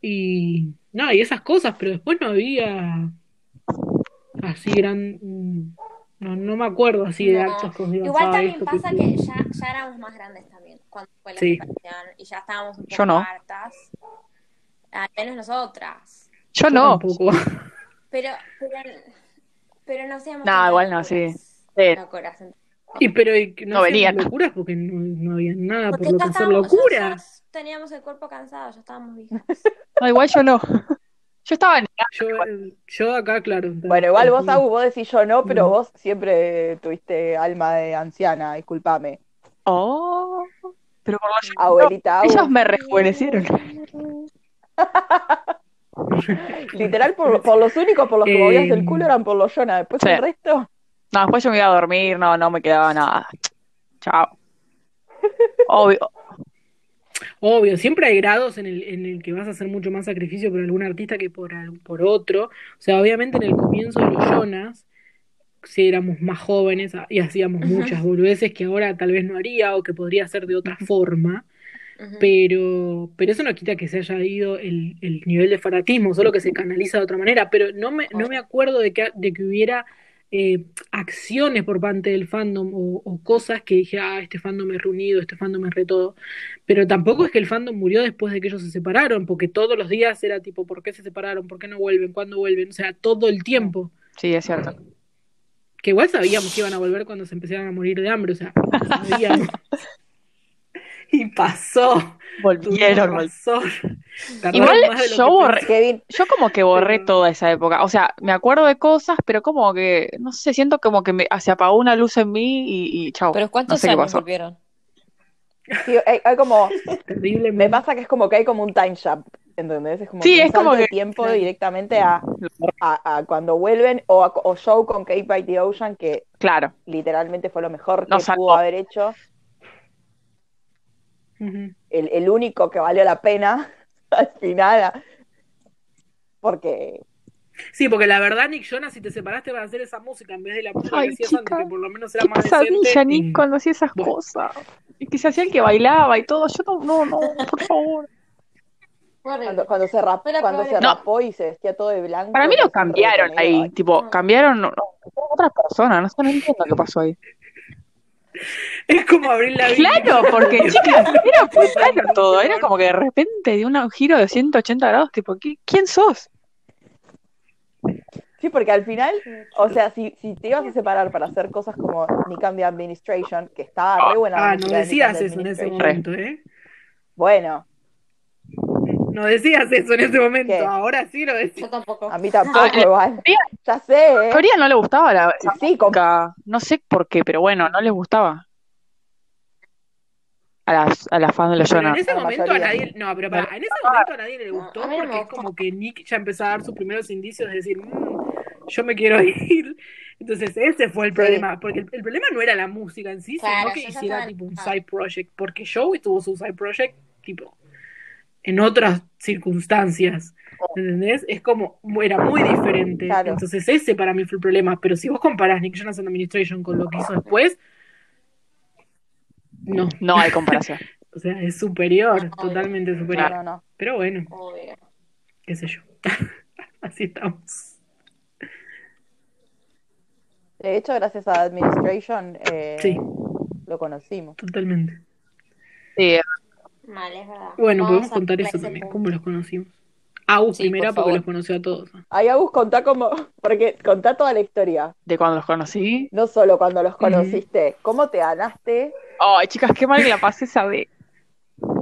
Y nada, y esas cosas, pero después no había así gran... mm, No, no me acuerdo así de
No.
actos que digan,
Igual
"Ah,
también
esto
pasa
sí".
que ya, ya éramos más grandes también cuando fue la
Sí.
separación y ya estábamos un poco
Yo no.
hartas. Al menos nosotras.
Yo
Yo
no.
tampoco.
Pero, pero, pero no hacíamos
No,
tantas
igual no,
locuras.
Sí.
Locuras, entonces.
Y pero y que no,
No
hacían
venían.
locuras porque no, no había nada
Porque
por lo
ya
que hacer
estábamos, ya-
locura.
ya teníamos el cuerpo cansado, ya estábamos viejas.
No, igual yo no. Yo estaba en
Yo, yo acá, claro.
bueno, igual vos,
tampoco.
Agus, vos decís yo no, pero
Mm.
vos siempre tuviste alma de anciana, discúlpame.
Oh, pero
Ah,
por lo
Abuelita Agus.
ellos me rejuvenecieron.
Literal, por, por los únicos por los que
Eh,
movías el culo eran por los Jonas, después
sí.
el resto.
No, después yo me iba a dormir, no, no me quedaba nada. Chao. Obvio.
Obvio, siempre hay grados en el, en el que vas a hacer mucho más sacrificio por algún artista que por, al- por otro. O sea, obviamente en el comienzo de los Jonas, si éramos más jóvenes a- y hacíamos
Ujú.
muchas boludeces que ahora tal vez no haría o que podría hacer de otra forma,
Ujú.
pero, pero eso no quita que se haya ido el, el nivel de fanatismo, solo que se canaliza de otra manera. Pero no me, no me acuerdo de que, de que hubiera eh, acciones por parte del fandom o, o cosas que dije, ah, este fandom es reunido, este fandom es re todo. Pero tampoco es que el fandom murió después de que ellos se separaron, porque todos los días era tipo, ¿por qué se separaron? ¿Por qué no vuelven? ¿Cuándo vuelven? O sea, todo el tiempo.
Sí, es cierto.
Que igual sabíamos que iban a volver cuando se empezaron a morir de hambre, o sea, sabíamos. y pasó.
Volvieron.
Tuvieron razón. Tardaron
Igual
más de lo
yo
que
borré-
pensé.
Kevin,
Yo como que borré
Pero-
toda esa época. O sea, me acuerdo de cosas, pero como que, no sé, siento como que me, ah, se apagó una luz en mí y, y chao.
Pero
no
¿cuántos
sé qué
años
pasó.
volvieron?
sí, hay, hay como, me
Terriblemente.
pasa que es como que hay como un time jump, ¿entendés? Es como
Sí,
que un
es como
salto de
que-
tiempo directamente a, a- a cuando vuelven o, a- o show con Cape by the Ocean que
Claro.
literalmente fue lo mejor que
Nos salvó.
pudo haber hecho,
Ujú.
el, el único que valió la pena al final, porque
Sí, porque la verdad, Nick Jonas, si te separaste para hacer esa música en vez de la música
Ay,
que hacías
chica.
antes, que por lo menos era
Qué
más
pesadilla,
decente.
Nick,
eh,
cuando hacía esas
bueno.
cosas. Y que se hacía el que bailaba y todo. Yo no, no, no, por favor.
Fue horrible.
cuando, cuando se, rap-
Fue la
cuando se
probable-
No.
rapó y se vestía todo de blanco.
Para mí lo
se hizo
cambiaron Ah.
re
ahí.
tremendo.
Tipo, cambiaron no, no, otras personas. No sé, no entiendo qué pasó ahí.
Es como abrir la Biblia.
Claro, porque chicas, era muy raro todo, era como que de repente de un giro de 180 grados, tipo, ¿qui- ¿quién sos?
Sí, porque al final, o sea, si, si te ibas a separar para hacer cosas como Nikan the Administration, que estaba re buena. la
Ah, no
música de
decías
Nikan the
eso en ese momento,
Administration.
¿eh?
Bueno,
No decías eso en ese momento.
¿Qué?
Ahora sí lo decís.
Yo tampoco.
a mí tampoco,
Ah,
igual.
sí.
Ya sé, ¿eh?
A Corea no le gustaba la
Sí,
esa
sí, con-
música. No sé por qué, pero bueno, no les gustaba. A las, a las fans de los
Pero en
Jonas.
ese
la
momento a
mayoría.
nadie, no, pero pará, en ese momento a nadie le gustó
A mí no me
porque es
gustó.
como que Nick ya empezó a dar sus primeros indicios de decir, "Mm, yo me quiero ir. Entonces ese fue el
Sí.
problema, porque el, el problema no era la música en sí,
Claro,
sino que
yo ya
hiciera
estaba
tipo un
enojada.
side project, porque Joey tuvo su side project tipo en otras circunstancias,
Oh.
¿entendés? Es como, era muy diferente.
Claro.
Entonces ese para mí fue el problema, pero si vos comparás Nick Jonas and Administration con lo que hizo después, no,
No hay comparación.
o sea, es superior,
Obvio.
totalmente superior.
No, no, no.
Pero bueno,
Obvio.
qué sé yo. Así estamos.
De hecho, gracias a Administration eh,
Sí,
lo conocimos.
totalmente.
Sí,
Mal, es verdad.
Bueno, podemos
Vamos a
contar eso
ese
también,
punto.
cómo los conocimos. Agus
Sí,
primera
por
porque
favor.
los conoció a todos.
Ahí Agus contá como, porque contá toda la historia,
de cuando los conocí.
no solo cuando los conociste, cómo te ganaste,
Ay, chicas, qué mal que la pasé esa vez.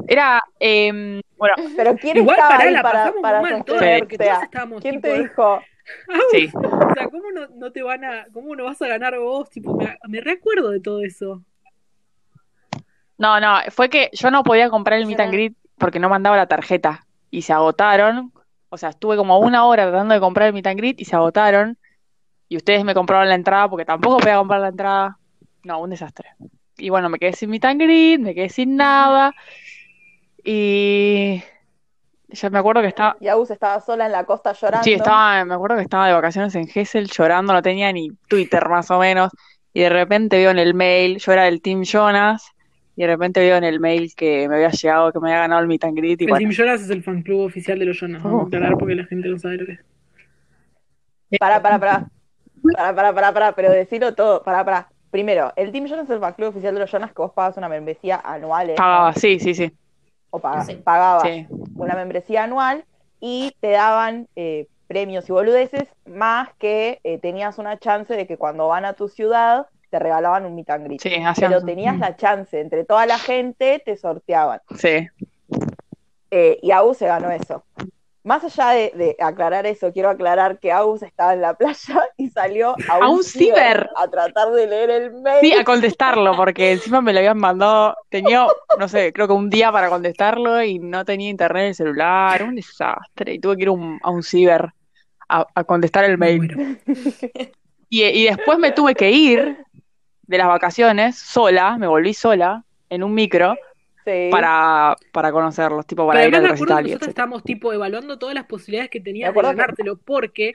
Era, em, bueno,
pero quién
Igual
estaba
pará,
ahí
la
para,
pasamos muy
para
mal todas,
sostenerte?
porque
O sea,
todos estábamos
¿Quién
tipo,
te dijo?
Agus,
sí.
o sea, ¿cómo no, no te van a, cómo no vas a ganar vos? Tipo, me, me recuerdo de todo eso.
No, no, fue que yo no podía comprar el meet and greet porque no mandaba la tarjeta y se agotaron. O sea, estuve como una hora tratando de comprar el meet and greet y se agotaron. Y ustedes me compraron la entrada porque tampoco podía comprar la entrada. No, un desastre. Y bueno, me quedé sin meet and greet, me quedé sin nada. Y ya me acuerdo que estaba,
Y Agus estaba sola en la costa llorando.
Sí, estaba, me acuerdo que estaba de vacaciones en Gesell llorando, no tenía ni Twitter más o menos, y de repente veo en el mail, yo era del Team Jonas, y de repente veo en el mail que me había llegado, que me había ganado el meet and greet, y
el
bueno,
Team Jonas es el fan club oficial de los Jonas,
Oh.
vamos a aclarar porque la gente no sabe lo que es.
Pará, pará, pará. Pará, pará, pará, pará, pero decirlo todo, pará, pará. Primero, el Team Jonas es el club oficial de los Jonas que vos pagas una membresía anual, ¿eh?
pagaba, sí, sí, sí,
O pagabas,
Sí.
pagabas
sí.
una membresía anual y te daban eh, premios y boludeces, más que eh, tenías una chance de que cuando van a tu ciudad te regalaban un meet and greet.
Sí, hacían-
Pero tenías la chance, entre toda la gente te sorteaban.
sí.
Eh, y Agus se ganó eso. Más allá de, de aclarar eso, quiero aclarar que Agus estaba en la playa y salió a un,
A un ciber.
a tratar de leer el mail.
Sí, a contestarlo, porque encima me lo habían mandado, tenía, no sé, creo que un día para contestarlo y no tenía internet en el celular, un desastre, y tuve que ir a un, a un ciber a, a contestar el mail.
Bueno,
Y, y después me tuve que ir de las vacaciones sola, me volví sola en un micro
Sí.
para, para conocerlos, tipo para
Pero
ir al
además me acuerdo
recital
que
y
nosotros
etcétera.
estábamos tipo evaluando todas las posibilidades que tenías
Me
de
acuerdo que-
ganártelo, porque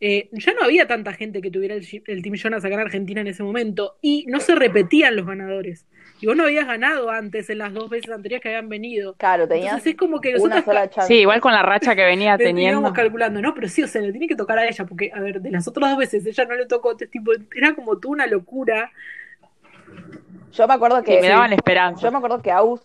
eh, ya no había tanta gente que tuviera el, Gi- el Team Jonas acá en Argentina en ese momento, y no se repetían los ganadores. Y vos no habías ganado antes en las dos veces anteriores que habían venido.
Claro, tenías
Entonces es como que
una
nosotros
sola chance.
Sí, igual con la racha que venía teniendo.
veníamos calculando, no, pero sí, o sea, le tiene que tocar a ella, porque, a ver, de las otras dos veces ella no le tocó, es tipo, era como tú una locura.
Yo me acuerdo
Sí,
que
me daban esperanza.
Ah, yo me acuerdo que Agus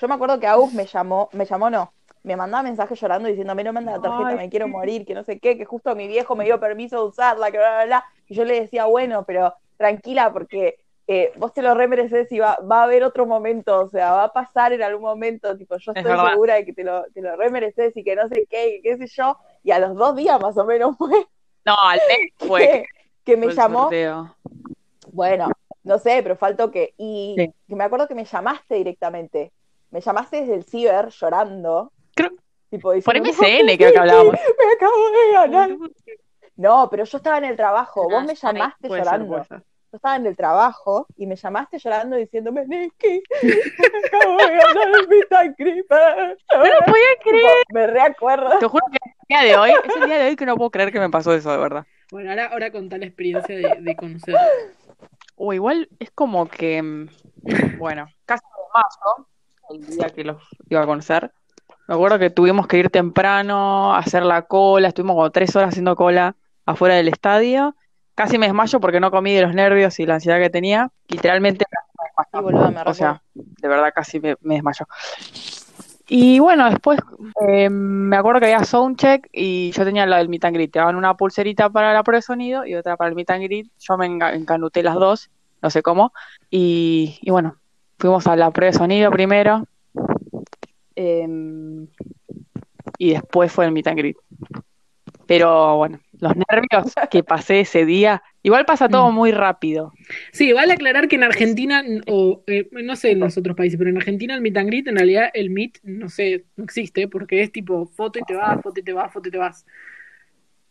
yo me acuerdo que Agus me llamó, me llamó no, me mandaba mensajes llorando diciendo, no manda la tarjeta,
Ay,
me quiero morir, que no sé qué, que justo mi viejo me dio permiso de usarla, que bla, bla, bla. Y yo le decía, bueno, pero tranquila, porque eh, vos te lo remereces y va, va a haber otro momento, o sea, va a pasar en algún momento, tipo, yo
Es
estoy
verdad.
segura de que te lo, te lo remereces y que no sé qué, y qué sé yo. Y a los dos días más o menos fue
No, al mes fue
que, que
fue
me
el
llamó
sorteo.
bueno, no sé, pero faltó que. Y
Sí.
que me acuerdo que me llamaste directamente. Me llamaste desde el ciber llorando.
Creo-
Tipo,
Por
diciendo,
MSN creo que hablábamos.
Me acabo de ganar. No, pero yo estaba en el trabajo. Vos me llamaste
Puede ser,
llorando.
puede ser.
Yo estaba en el trabajo y me llamaste llorando diciéndome, Nicky, me acabo de ganar el meet and greet".
No lo podía
Tipo,
creer.
Me reacuerdo.
Te juro que es el día de hoy, es el día de hoy que no puedo creer que me pasó eso, de verdad.
Bueno, ahora, ahora contá la experiencia de, de conocer.
O igual es como que, mm, bueno, casi en marzo, el día que los iba a conocer, me acuerdo que tuvimos que ir temprano, a hacer la cola, estuvimos como tres horas haciendo cola afuera del estadio. Casi me desmayo porque no comí de los nervios y la ansiedad que tenía. Literalmente casi me desmayo.
Sí, boluda, me
O sea, de verdad casi me, me desmayo. Y bueno, después eh, me acuerdo que había soundcheck y yo tenía la del meet and greet. Te daban una pulserita para la prueba de sonido y otra para el meet and greet. Yo me enga- encanuté las dos, no sé cómo. Y, y bueno, fuimos a la prueba de sonido primero. em, y después fue el meet and greet. Pero bueno, los nervios que pasé ese día. Igual pasa todo
Mm.
muy rápido.
Sí, vale aclarar que en Argentina, o eh, no sé en los otros países, pero en Argentina el meet and greet, en realidad el meet, no sé, no existe, porque es tipo foto y te vas, foto y te vas, foto y te vas.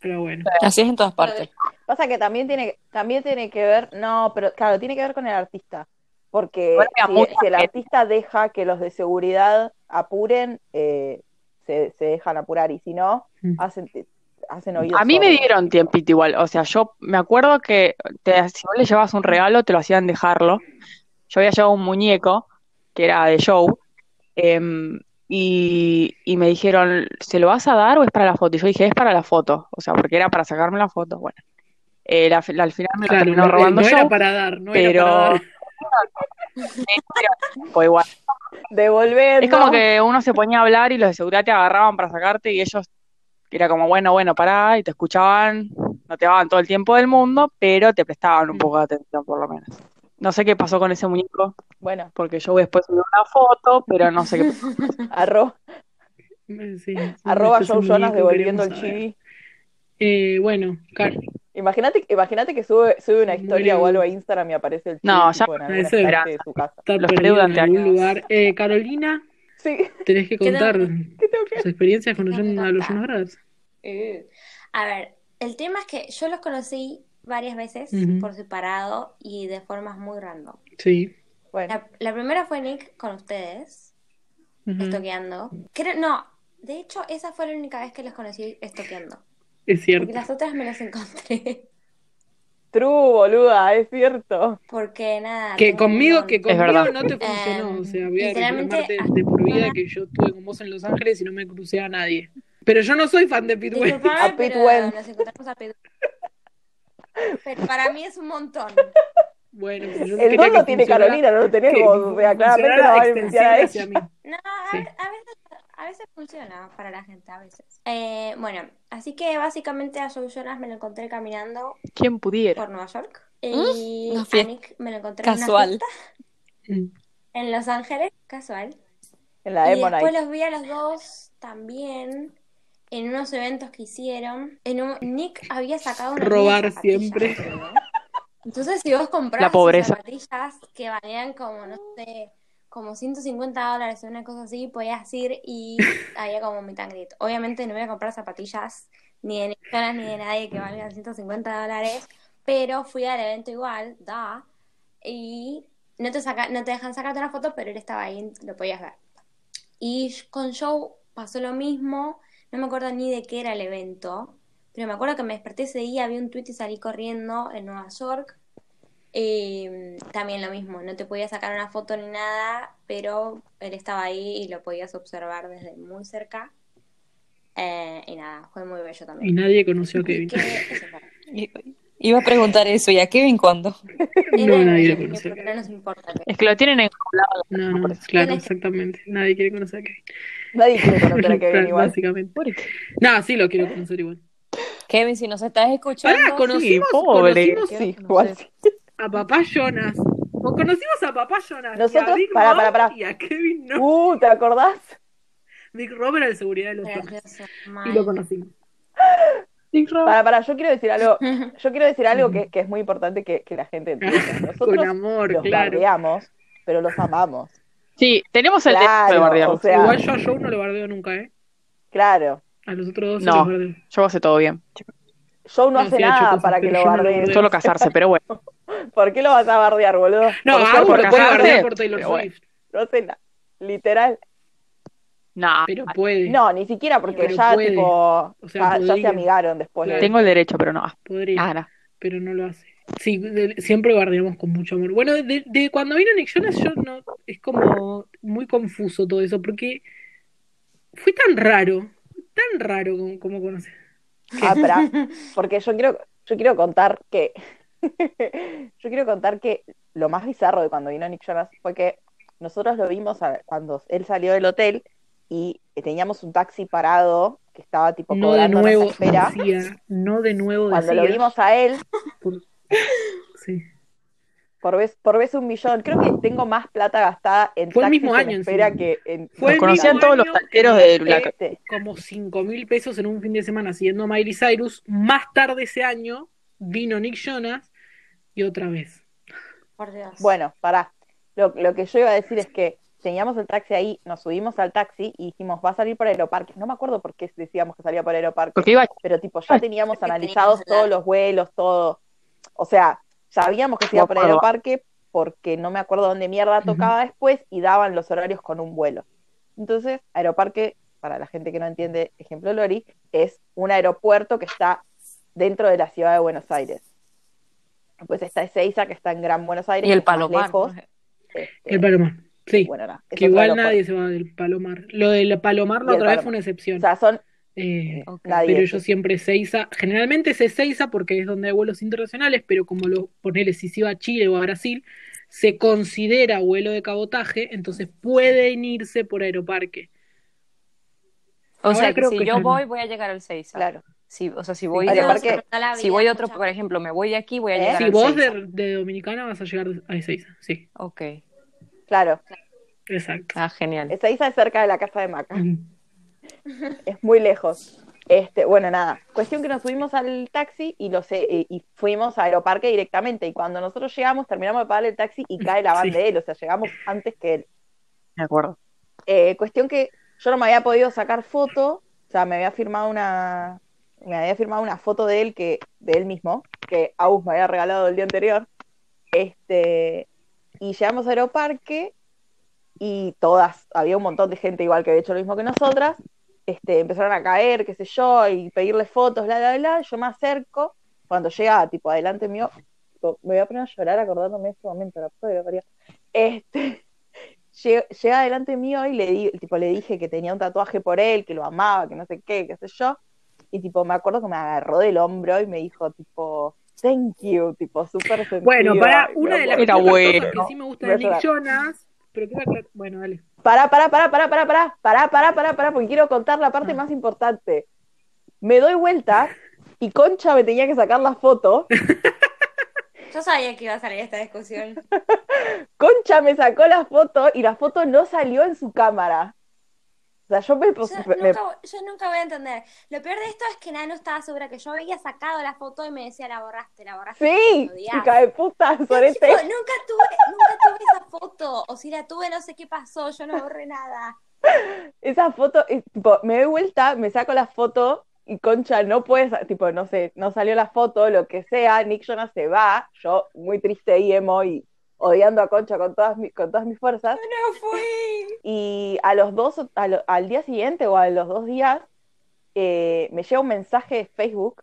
Pero bueno.
Así es en todas partes.
Pasa que también tiene, también tiene que ver, no, pero claro, tiene que ver con el artista. Porque
Bueno,
si-
mucha
si, el artista deja que los de seguridad apuren, eh, se, se dejan apurar. Y si no,
Mm.
hacen, te- hacen oídos
A mí me
sordos.
dieron tiempito igual, o sea, yo me acuerdo que te- si vos le llevabas un regalo te lo hacían dejarlo. Yo había llevado un muñeco que era de show em, y, y me dijeron, ¿se lo vas a dar o es para la foto? Y yo dije, es para la foto, o sea, porque era para sacarme la foto. Bueno, Eh, la- la- al final me lo
Claro,
terminó
no, eh,
robando
no
yo,
era para dar, no era
pero-
para dar.
fue igual.
Devolver.
Es como que uno se ponía a hablar y los de seguridad te agarraban para sacarte y ellos era como, bueno, bueno, pará, y te escuchaban, no te daban todo el tiempo del mundo, pero te prestaban un poco de atención por lo menos. No sé qué pasó con ese muñeco,
Bueno,
porque yo después subí una foto, pero no sé qué pasó.
arro-
Sí,
arroba
este es
Joe
un
Jonas
muñeco,
devolviendo el
queremos saber.
chibi.
Eh, bueno, Car-
Imagínate, imagínate que sube, sube una
Muy
historia o
lindo.
Mm.
algo a Instagram y aparece el chibi
No,
tipo, en alguna
Ese-
esquina de su casa.
está
Los
perdido en
perdeudan,
algún
Arias.
lugar. Eh, Carolina,
Sí,
tenés que
¿Qué
contar
tengo
tus
¿qué tengo que
experiencias
Tengo
conociendo
que
a los
contar.
Jonas
Eh, A ver, el tema es que yo los conocí varias veces
Ujú.
por separado y de formas muy random.
Sí.
Bueno,
La, la primera fue Nick con ustedes,
Ujú.
estoqueando. Creo, no, de hecho, esa fue la única vez que los conocí estoqueando.
Es
Porque
cierto.
las otras me las encontré.
true, boluda, es cierto.
Porque nada.
Que
todo el
conmigo,
mundo-
que conmigo
verdad.
no te funcionó.
Eh,
o sea, voy a
literalmente,
reclamarte de por vida
ahora-
que yo estuve con vos en Los Ángeles y no me crucé a nadie. Pero yo no soy fan de Pitbull.
Disculpame,
A Pete
pero
Wentz.
nos encontramos a Pete. Pero para mí es un montón.
Bueno, pero yo
El
quería
don
que
lo tiene
funcionara-
Carolina, no lo tenés
que
vos. O sea, claramente no
funcionara
va a
extensible
beneficiar a
hacia
ella.
mí.
No, a,
Sí.
ve- a veces, a veces funciona para la gente, a veces. Eh, bueno, así que básicamente a Joe Jonas me lo encontré caminando
¿Quién pudiera?
por Nueva York. Y
Mm, una
a
fiesta
Nick me lo encontré en
casual.
una fiesta
Mm.
en Los Ángeles, casual.
En la
Y después
Demonite.
los vi a los dos también en unos eventos que hicieron. En un- Nick había sacado una línea de
Robar
zapatillas,
siempre.
creo. Entonces, si vos comprás
La
esas
pobreza.
zapatillas que valían como, no sé, como 150 dólares o una cosa así, podías ir y había como mi and greet. Obviamente no voy a comprar zapatillas ni de Nicolas ni de nadie que valgan 150 dólares, pero fui al evento igual, da, y no te, saca, no te dejan sacarte una foto, pero él estaba ahí, lo podías ver. Y con Joe pasó lo mismo, no me acuerdo ni de qué era el evento, pero me acuerdo que me desperté ese día, vi un tweet y salí corriendo en Nueva York. Eh, también lo mismo, no te podía sacar una foto ni nada, pero él estaba ahí y lo podías observar desde muy cerca. Eh, y nada, fue muy bello
Y
también.
nadie conoció a
Así
Kevin.
que eso fue.
I- Iba a preguntar eso, ¿y a Kevin cuándo?
Y
No,
nadie
nadie lo conoció
conoció,
a
porque no
Kevin.
nos importa.
Es que lo tienen enjaulado.
No,
por
no,
eso.
claro,
Tenés que-
exactamente. Nadie quiere conocer a Kevin.
Nadie quiere conocer a Kevin
Claro,
igual.
Básicamente.
Pobre que-
No, sí lo quiero conocer igual.
Kevin, si nos estás
Pará,
escuchando,
conocimos,
pobre.
conocimos
Sí,
No
igual
sé.
sí.
a papá Jonas. O conocimos a papá Jonas. y a
Nosotros-
Big
pará,
Rob
pará, pará.
Y a Kevin no.
Uh, ¿te acordás?
Big Rob era de seguridad de los Jonas.
Gracioso,
Y lo
mal.
conocimos.
Para, para, yo quiero decir algo. Yo quiero decir algo
Ujú.
que, que es muy importante que, que la gente entienda.
Con
Nosotros
amor,
los
claro.
bardeamos, pero los amamos.
Sí, tenemos el
Claro,
derecho de bardearlo.
o sea-
Igual yo a Joe no lo bardeo nunca, ¿eh?
Claro.
A los otros dos sí
No.
los bardeo.
Yo hago todo bien.
Joe no
No,
hace
sí, ha hecho
nada
cosas,
para que
pero
lo
yo no lo
bardeen.
bardeo.
Solo casarse, pero bueno.
¿Por qué lo vas a bardear, boludo?
No,
Por
a
ser
Agus
por
lo puede
casarse,
bardear por Taylor
pero bueno.
Swift.
No hace nada. Literal.
Nah,
Pero puede.
No, ni siquiera porque
Pero
ya,
puede.
tipo,
O sea,
ya, ya se
podría.
amigaron después de
Claro.
eso.
tengo el derecho, pero no.
Podría.
Nada.
pero no lo hace. Sí, de- siempre guardamos con mucho amor. Bueno, de, de cuando vino Nick Jonas, yo no, es como muy confuso todo eso, porque fue tan raro, tan raro como, como conocer.
Ah, pará, porque yo quiero, yo quiero contar que yo quiero contar que lo más bizarro de cuando vino Nick Jonas fue que nosotros lo vimos a- cuando él salió del hotel y teníamos un taxi parado que estaba tipo
No de
cobrando
nuevo,
nuestra espera.
decía. No de nuevo,
Cuando
decía.
lo vimos a él,
Sí.
por vez, por vez un millón, creo que tengo más plata gastada en
Fue el
taxis
mismo
en
año
espera
encima.
que en...
Fue el
conocían
mismo
todos los
año
taqueros
que
de
gasté
Lula.
Este,
Como 5 mil pesos en un fin de semana siguiendo a Miley Cyrus. Más tarde ese año vino Nick Jonas y otra vez.
Por Dios.
Bueno, pará. Lo, lo que yo iba a decir es que teníamos el taxi ahí, nos subimos al taxi y dijimos, va a salir por Aeroparque. No me acuerdo por qué decíamos que salía por Aeroparque.
Porque iba
pero tipo ya teníamos
Porque teníamos
analizados
la-
todos los vuelos, todo. O sea, sabíamos que se iba
No
por
acuerdo.
Aeroparque porque no me acuerdo dónde mierda tocaba después y daban los horarios con un vuelo. Entonces, Aeroparque, para la gente que no entiende, ejemplo Lori, es un aeropuerto que está dentro de la ciudad de Buenos Aires. Pues está Ezeiza, que está en Gran Buenos Aires.
Y
que
el
es más
palomar.
lejos.
¿no?
Este,
El Palomar. Sí.
bueno, nada, es
que
otro
igual
aeropuerto.
nadie se va del Palomar. Lo del Palomar
Y
la
el
otra vez
Palomar.
fue una excepción.
O sea, son
Ah.
Eh,
Ok.
nadie.
pero yo siempre Seiza, generalmente se Seiza porque es donde hay vuelos internacionales, pero como lo ponele si se iba a Chile o a Brasil, se considera vuelo de cabotaje, entonces pueden irse por aeroparque.
O sea,
Ahora
que
creo
si
que
yo
ya no.
voy, voy a llegar al 6.
Claro.
Sí, o sea, si voy
Vale,
de,
No,
aparte-
pero no la
si
vida,
voy a otro,
mucha-
por ejemplo, me voy de aquí, voy a
¿Eh?
llegar
Claro,
Si
al
vos
6.
de, de Dominicana vas a llegar a Ezeiza, sí,
Ok.
Claro.
exacto.
Ah, genial.
Ezeiza es cerca de la casa de Maca.
Mm.
es muy lejos. Este, bueno, nada, cuestión que nos subimos al taxi y lo sé, eh, y, y fuimos a Aeroparque directamente. Y cuando nosotros llegamos, terminamos de pagar el taxi y cae la van
Sí.
de él, o sea, llegamos antes que él.
Me acuerdo.
Eh, cuestión que yo no me había podido sacar foto, o sea, me había firmado una, me había firmado una foto de él que, de él mismo, que Agus me había regalado el día anterior. Este, y llegamos a Aeroparque y todas, había un montón de gente igual que había hecho lo mismo que nosotras. Este, empezaron a caer, qué sé yo, y pedirle fotos, bla, bla, bla. Yo me acerco, cuando llega, tipo, adelante mío, tipo, me voy a poner a llorar acordándome de este momento, la puta que lo parió. Este, lle- llega adelante mío y le, di, tipo, le dije que tenía un tatuaje por él, que lo amaba, que no sé qué, qué sé yo. Y tipo, me acuerdo que me agarró del hombro y me dijo, tipo, thank you, tipo, súper sentido.
Bueno, para
Ay,
una
me
de las
Era
pocas
bueno.
cosas que sí me gusta
Voy a
de Nick
llorar.
Jonas, pero quiero aclar- bueno, dale.
Pará, pará, pará, pará, pará, pará, pará, pará, pará, pará, porque quiero contar la parte más importante. Me doy vuelta y Concha me tenía que sacar la foto.
Yo sabía que iba a salir esta discusión.
Concha me sacó la foto y la foto no salió en su cámara. O sea, yo me, pos-
Yo
Pues, me-
nunca, yo nunca voy a entender. Lo peor de esto es que Nano estaba segura que yo había sacado la foto y me decía, la borraste, la borraste.
Sí,
me odias".
chica de puta, este,
Tipo,
sorete.
nunca tuve, nunca tuve esa foto. O si la tuve, no sé qué pasó, yo no borré nada.
Esa foto, es, tipo, me doy vuelta, me saco la foto y Concha no puede, sa- tipo, no sé, no salió la foto, lo que sea, Nick Jonas se va, yo muy triste y emo y odiando a Concha con todas, mi- con todas mis fuerzas.
No fui.
Y a los dos, a lo- al día siguiente o a los dos días, eh, me llega un mensaje de Facebook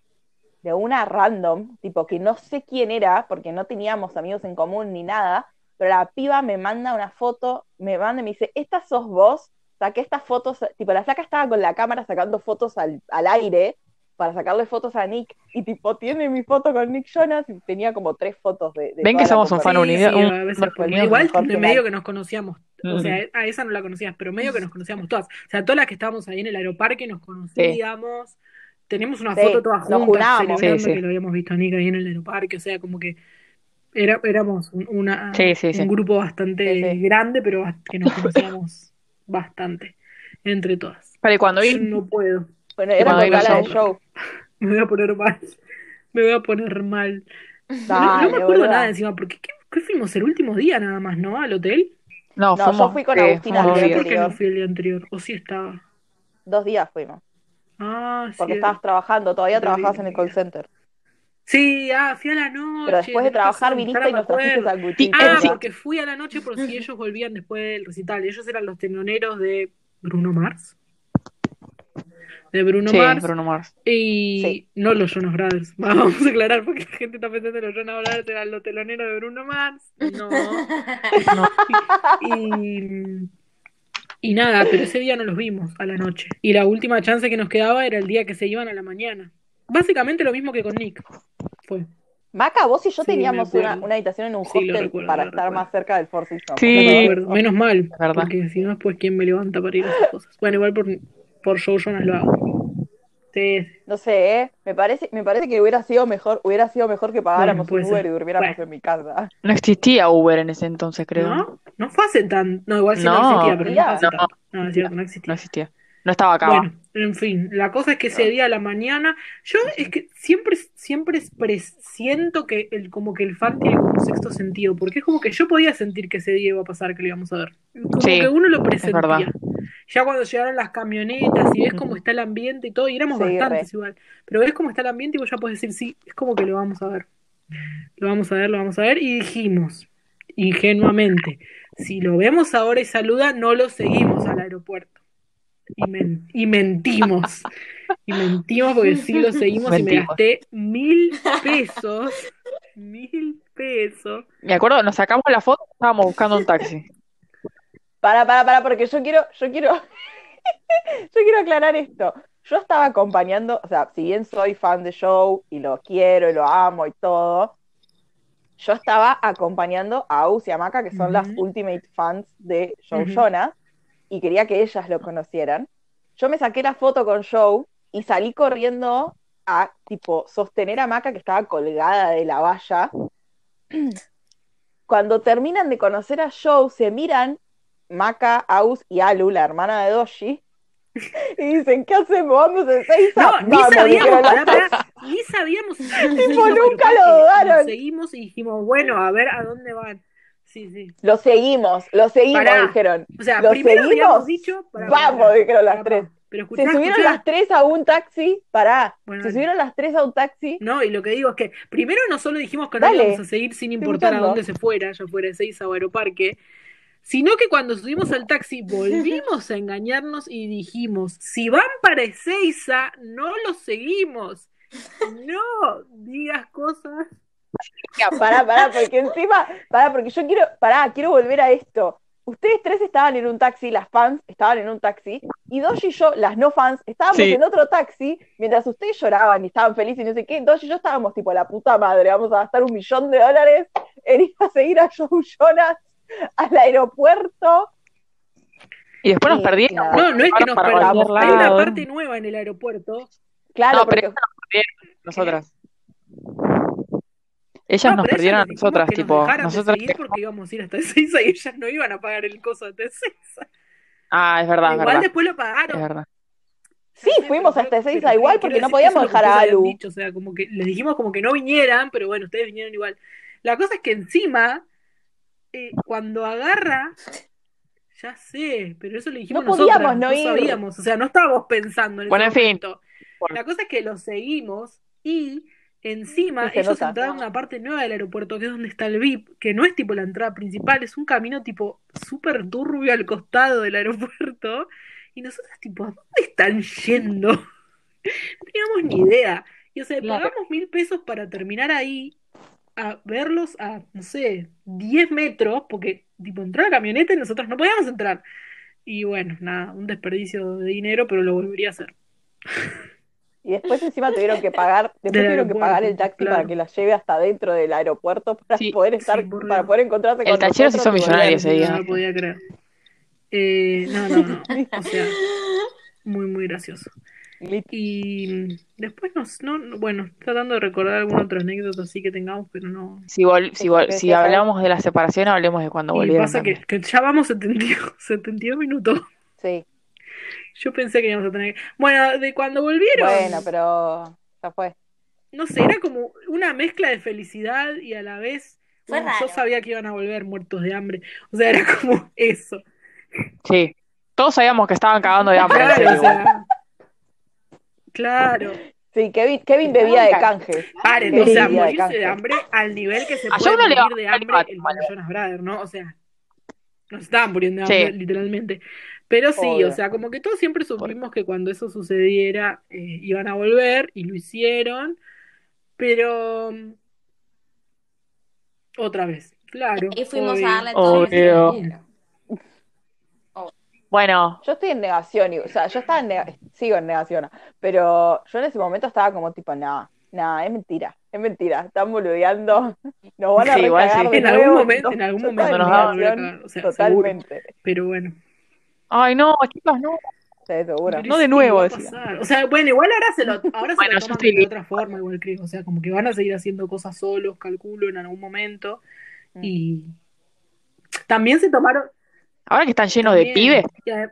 de una random, tipo que no sé quién era, porque no teníamos amigos en común ni nada, pero la piba me manda una foto, me manda y me dice, esta sos vos, saqué estas fotos, tipo la flaca estaba con la cámara sacando fotos al, al aire para sacarle fotos a Nick, y tipo tiene mi foto con Nick Jonas, y tenía como tres fotos de... de toda
Ven que
la
somos un
conversación.
fan
Sí,
unido.
sí,
un-
a veces
un-
por-
unido
igual
mejor
de
final.
medio que nos conocíamos. O
Mm.
sea, a esa no la conocías, pero medio que nos conocíamos todas. O sea, todas las que estábamos ahí en el aeroparque nos conocíamos. Tenemos una
Sí,
foto todas
nos
juntas
junábamos.
celebrando
Sí, sí.
que lo habíamos visto a Nick ahí en el aeroparque. O sea, como que era, éramos un, una-
Sí, sí, sí.
un grupo bastante
Sí, sí.
grande, pero bas- que nos conocíamos bastante entre todas.
Vale, cuando
Yo
vi,
no puedo.
Bueno, era
Cuando
con
iba
gala
yo.
de show.
Me voy a poner mal. Me voy a poner mal. No, no
Dale,
me acuerdo
boluda.
nada encima, porque ¿qué, qué fuimos el último día nada más, ¿no? Al hotel.
no,
No, yo
fuimos,
fui con
sí,
Agustina
fuimos
No
dos
sé
Alberti.
días.
por qué no
anterior.
fui el día anterior. O sí estaba.
Dos días fuimos.
Ah, sí.
Porque estabas trabajando, todavía
Terrible,
trabajabas en el call
mira.
center.
Sí, ah, fui a la noche.
Pero después de
tenés razón,
trabajar
ahora
viniste y
me
nos trajiste
acuerdo.
sanguchitos.
Ah,
¿verdad?
porque fui a la noche por si ellos volvían después del recital. Ellos eran los teloneros de Bruno Mars. De Bruno
Sí,
Mars.
Bruno Mars.
Y
Sí.
no los Jonas Brothers. Vamos a aclarar porque la gente está pensando que los Jonas Brothers eran los teloneros de Bruno Mars. No. Y, y nada, pero ese día no los vimos a la noche. Y la última chance que nos quedaba era el día que se iban a la mañana. Básicamente lo mismo que con Nick. Fue.
Maca, vos y yo
Sí,
teníamos
me
una,
acuerdo.
una habitación en un
Sí, lo
hostel
recuerdo,
para
lo
estar
recuerdo.
más cerca del Four Seasons.
Sí.
No me acuerdo. Menos mal,
verdad.
porque si no después quién me levanta para ir a esas cosas. Bueno, igual por, por show yo no lo hago. Sí,
No sé, ¿eh? me parece, me parece que hubiera sido mejor, hubiera sido mejor que pagáramos
puede
un Uber
ser.
y durmiéramos
Bueno.
en mi casa.
No existía Uber en ese entonces, creo.
¿no? No fue hace tan... No, igual sí no,
No.
existía, pero no fue hace
No.
tanto. No, es cierto, no
No
existía.
existía. No estaba acá. va.
Bueno, en fin, la cosa es que ese día a la mañana, yo es que siempre, siempre presiento que el, como que el fan tiene como un sexto sentido, porque es como que yo podía sentir que ese día iba a pasar, que lo íbamos a ver. Como
Sí,
que uno lo
verdad.
presentía. Ya cuando llegaron las camionetas y ves cómo está el ambiente y todo, y éramos
Sí,
bastantes igual, pero ves cómo está el ambiente y vos ya podés decir, sí, es como que lo vamos a ver. Lo vamos a ver, lo vamos a ver, y dijimos, ingenuamente, si lo vemos ahora y saluda, no lo seguimos al aeropuerto. Y, men- y mentimos. Y mentimos porque sí lo seguimos y me
Mentimos.
gasté mil pesos. Mil pesos.
Me acuerdo, nos sacamos la foto, estábamos buscando un taxi.
Para, para, para, porque yo quiero, yo quiero, yo quiero aclarar esto. Yo estaba acompañando, o sea, si bien soy fan de Joe y lo quiero y lo amo y todo, yo estaba acompañando a Aus y a Maca, que son las
Ujú.
ultimate fans de Joe
Ujú.
Jonas, y quería que ellas lo conocieran. Yo me saqué la foto con Joe y salí corriendo a, tipo, sostener a Maca que estaba colgada de la valla. Cuando terminan de conocer a Joe, se miran Maca, Aus y Alu, la hermana de Doshi, y dicen, ¿qué hacemos? Vamos en seis
No, ni sabíamos,
dijeron
pará,
las
pará, ni sabíamos.
Tipo, nunca lo
Lo
dudaron.
seguimos y dijimos, bueno, a ver a dónde van. Sí, sí.
Lo seguimos, lo seguimos,
Pará.
dijeron.
O sea,
¿Lo
primero
seguimos?
habíamos dicho. pará, pará,
Vamos,
pará,
dijeron las
pará,
tres.
pará. Pero
Se
escuchá,
subieron
escuchá.
las tres a un taxi, pará.
Bueno,
se
dale.
subieron las tres a un taxi.
No, y lo que digo es que primero no solo dijimos que no
Dale,
íbamos a seguir sin importar a
escuchando.
dónde se fuera, ya fuera Ezeiza o Aeroparque, sino que cuando subimos al taxi volvimos a engañarnos y dijimos, si van para Ezeiza, no los seguimos. No digas cosas.
Pará, pará, porque encima, pará, porque yo quiero, pará, quiero volver a esto. Ustedes tres estaban en un taxi, las fans estaban en un taxi, y Dosh y yo, las no fans, estábamos
Sí.
en otro taxi, mientras ustedes lloraban y estaban felices y no sé qué, Dosh y yo estábamos tipo, la puta madre, vamos a gastar un millón de dólares en ir a seguir a Joe Jonas al aeropuerto.
Y después nos
Sí,
perdieron.
nada.
No, no es que nos
Para
perdamos.
cualquier
Hay una
lado.
parte nueva en el aeropuerto.
Claro,
No,
porque
pero Nosotras. Ellas
No,
nos
pero ellas
perdieron a
les dijimos
nosotras,
que nos
tipo.
dejaran de
Nosotras.
seguir porque íbamos a ir hasta Ezeiza y ellas no iban a pagar el coso de Ezeiza.
Ah, es verdad, es
Igual
verdad.
después lo
Es
pagaron.
verdad.
Sí,
Ya sé,
fuimos
pero
hasta
creo-
Ezeiza
pero
igual
quiero
porque
decir que
no
eso es lo
podíamos
que
dejar a
ustedes habían
Alu.
dicho, o sea, como que les dijimos como que no vinieran, pero bueno, ustedes vinieron igual. La cosa es que encima, eh, cuando agarra, ya sé, pero eso le dijimos
No
nosotras,
podíamos no ir.
sabíamos, o sea, no estábamos pensando en
Bueno, en
ese
fin.
momento. La cosa es que los seguimos y encima
Sí, se
ellos
nota.
entraron a una parte nueva del aeropuerto, que es donde está el VIP, que no es tipo la entrada principal, es un camino tipo súper turbio al costado del aeropuerto. Y nosotras tipo, ¿a dónde están yendo? No teníamos ni idea. Y o sea,
Claro.
pagamos mil pesos para terminar ahí a verlos a, no sé, 10 metros, porque tipo entró la camioneta y nosotros no podíamos entrar. Y bueno, nada, un desperdicio de dinero, pero lo volvería a hacer.
Y después encima tuvieron que pagar, después
Del
tuvieron que
aeropuerto,
pagar el taxi
claro.
para que la lleve hasta dentro del aeropuerto para
Sí,
poder estar,
sí, boludo.
para poder encontrarse
El
con
tachero se
nosotros
hizo
y volver.
millonario ese día.
No lo podía creer. Eh, no, no, no. O sea, muy, muy gracioso.
Lit-
Y después nos, no, no, bueno, tratando de recordar alguna otra anécdota así que tengamos, pero no.
Si, vol- si, vol- si
Decías algo.
hablamos de la separación, hablemos de cuando
Y
volvieron.
pasa que,
también.
que ya vamos 72, 72 minutos.
Sí.
Yo pensé que íbamos a tener. Bueno, de cuando volvieron,
Bueno, pero ya fue.
no sé, era como una mezcla de felicidad y a la vez,
Fue
bueno, yo
raro.
sabía que iban a volver muertos de hambre. O sea, era como eso.
Sí. Todos sabíamos que estaban cagando de hambre. en
Claro,
serio.
o sea, claro.
Sí, Kevin, Kevin bebía de canje.
Paren, o sea,
Sí, de
morirse
cáncer.
de hambre al nivel que se
Allá
puede
uno le va
morir de
a dar
hambre el
igual.
Jonas Brothers, ¿no? O sea, nos estaban muriendo de
Sí.
hambre, literalmente. Pero sí,
Obvio.
o sea, como que todos siempre supimos que cuando eso sucediera eh, iban a volver y lo hicieron, pero mm, otra vez, claro.
Y fuimos
obvio.
a darle todo lo que se
Obvio.
pidieron.
Bueno,
Yo estoy en negación, y- o sea, yo estaba en nega- sigo en negación, pero yo en ese momento estaba como tipo, nada, nada, es mentira, es Es mentira, están boludeando. Nos van a
Sí, igual
recagar
sí.
de
En algún
nuevo,
momento- en algún momento nos van a volver a
total,
cagar, o sea,
Totalmente.
Pero bueno.
Ay, no, chicas, no.
Sí, seguro.
No de nuevo,
Va a
decía.
pasar. O sea, bueno, igual ahora se lo, ahora se
Bueno,
lo
yo
toman
estoy
de
bien.
otra forma, igual Chris. O sea, como que van a seguir haciendo cosas solos, calculo, en algún momento.
Mm.
Y también se tomaron.
Ahora que están llenos de
también-
pibes.
y ade-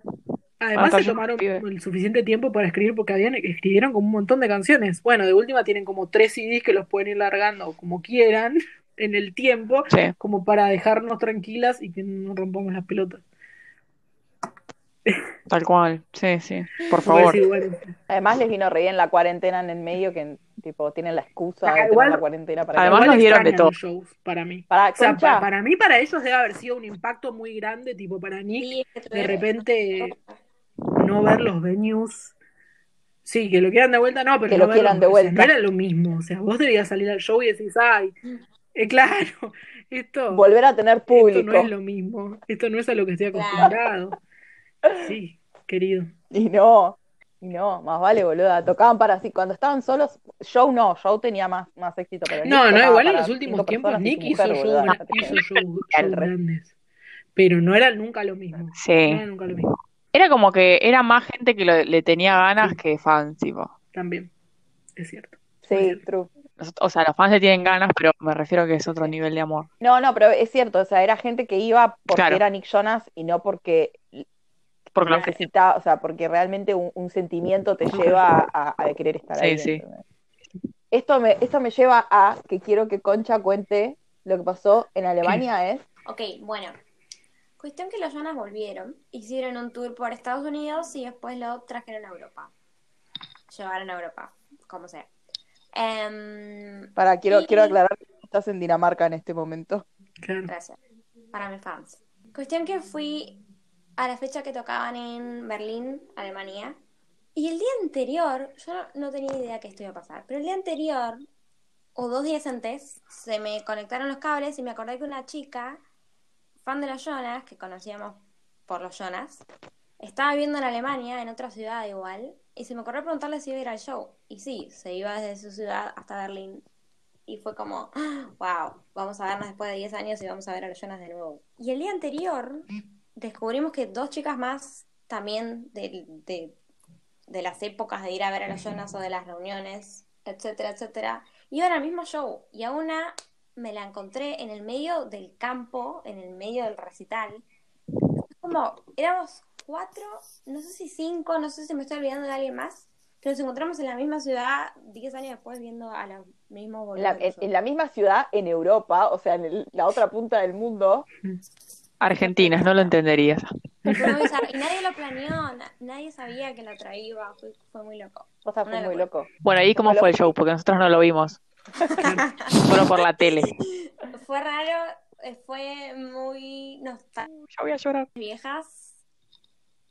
Ah,
Además
está
se
lleno de
tomaron
pibes.
el suficiente tiempo para escribir porque habían, escribieron como un montón de canciones. Bueno, de última tienen como tres CDs que los pueden ir largando como quieran en el tiempo,
Sí.
como para dejarnos tranquilas y que no rompamos las pelotas.
Tal cual, sí, sí, por
Como
favor.
decir, bueno,
Además les vino re bien la cuarentena en el medio que tipo tienen la excusa
Ah,
de tener
igual-
la cuarentena para
Además
igual
nos dieron de
extrañan
todo.
los shows para mí.
para
O sea, pa-
Concha,
para, mí, para ellos debe haber sido un impacto muy grande, tipo para Nick,
Sí, que
de
tuvieron-
repente no ver los venues. Sí, que lo quieran de vuelta, no, pero
Que
no
lo
verlos,
quieran de
o sea,
vuelta. Mm.
no era lo mismo. O sea, vos debías salir al show y decís, ay, eh, claro, esto,
volver a tener público.
esto no es lo mismo, esto no es a lo que estoy acostumbrado. Sí, querido.
Y no, y no, más vale, boluda. Tocaban para sí. Cuando estaban solos, Joe no, Joe tenía más, más éxito. Pero Nick
No, no,
tocaba
igual en
para
los
cinco
últimos tiempos
personas y su
Nick hizo
mujer, boluda.
shows hizo show-
El
shows
re-
grandes, pero no era nunca lo mismo. No
Sí.
era nunca lo mismo,
Era como que era más gente que lo- le tenía ganas
Sí.
que fans, tipo.
también, es cierto.
Sí, true.
Los- O sea, los fans le tienen ganas, pero me refiero a que es otro nivel de amor.
No, no, pero es cierto, o sea, era gente que iba porque
Claro.
era Nick Jonas y no porque
Porque lo que-
necesitaba, o sea, porque realmente un, un sentimiento te lleva a, a querer estar
Sí,
ahí.
sí.
¿entendés? Esto me, esto me lleva a que quiero que Concha cuente lo que pasó en Alemania, ¿eh? ¿es?
Ok, bueno. Cuestión que los Jonas volvieron, hicieron un tour por Estados Unidos y después lo trajeron a Europa. Llevaron a Europa, como sea. Em,
Para, quiero,
Sí.
quiero aclarar que estás en Dinamarca en este momento.
Claro.
Gracias. Para mis fans. Cuestión que fui a la fecha que tocaban en Berlín, Alemania. Y el día anterior, yo no, no tenía idea que esto iba a pasar, pero el día anterior, o dos días antes, se me conectaron los cables y me acordé que una chica, fan de los Jonas, que conocíamos por los Jonas, estaba viviendo en Alemania, en otra ciudad igual, y se me ocurrió preguntarle si iba a ir al show. Y sí, se iba desde su ciudad hasta Berlín y fue como, wow, vamos a vernos después de 10 años y vamos a ver a los Jonas de nuevo. Y el día anterior descubrimos que dos chicas más también de, de- de las épocas de ir a ver a los Jonas o de las reuniones, etcétera, etcétera, iban al mismo show. Y a una me la encontré en el medio del campo, en el medio del recital. Como éramos cuatro, no sé si cinco, no sé si me estoy olvidando de alguien más. Pero nos encontramos en la misma ciudad 10 años después viendo a los mismos
En la, en-
boludos.
en la misma ciudad, en Europa, o sea, en el- la otra punta del mundo.
Argentinas, no lo entenderías.
Fue muy bizarro. Y nadie lo planeó, na- nadie sabía que lo traía, fue, fue muy loco.
O sea, fue
Una
muy loco.
Bueno, ¿y cómo fue el show? Porque nosotros no lo vimos. Solo por la tele.
Fue raro, eh, fue muy nostálgico,
Ya voy a llorar.
viejas,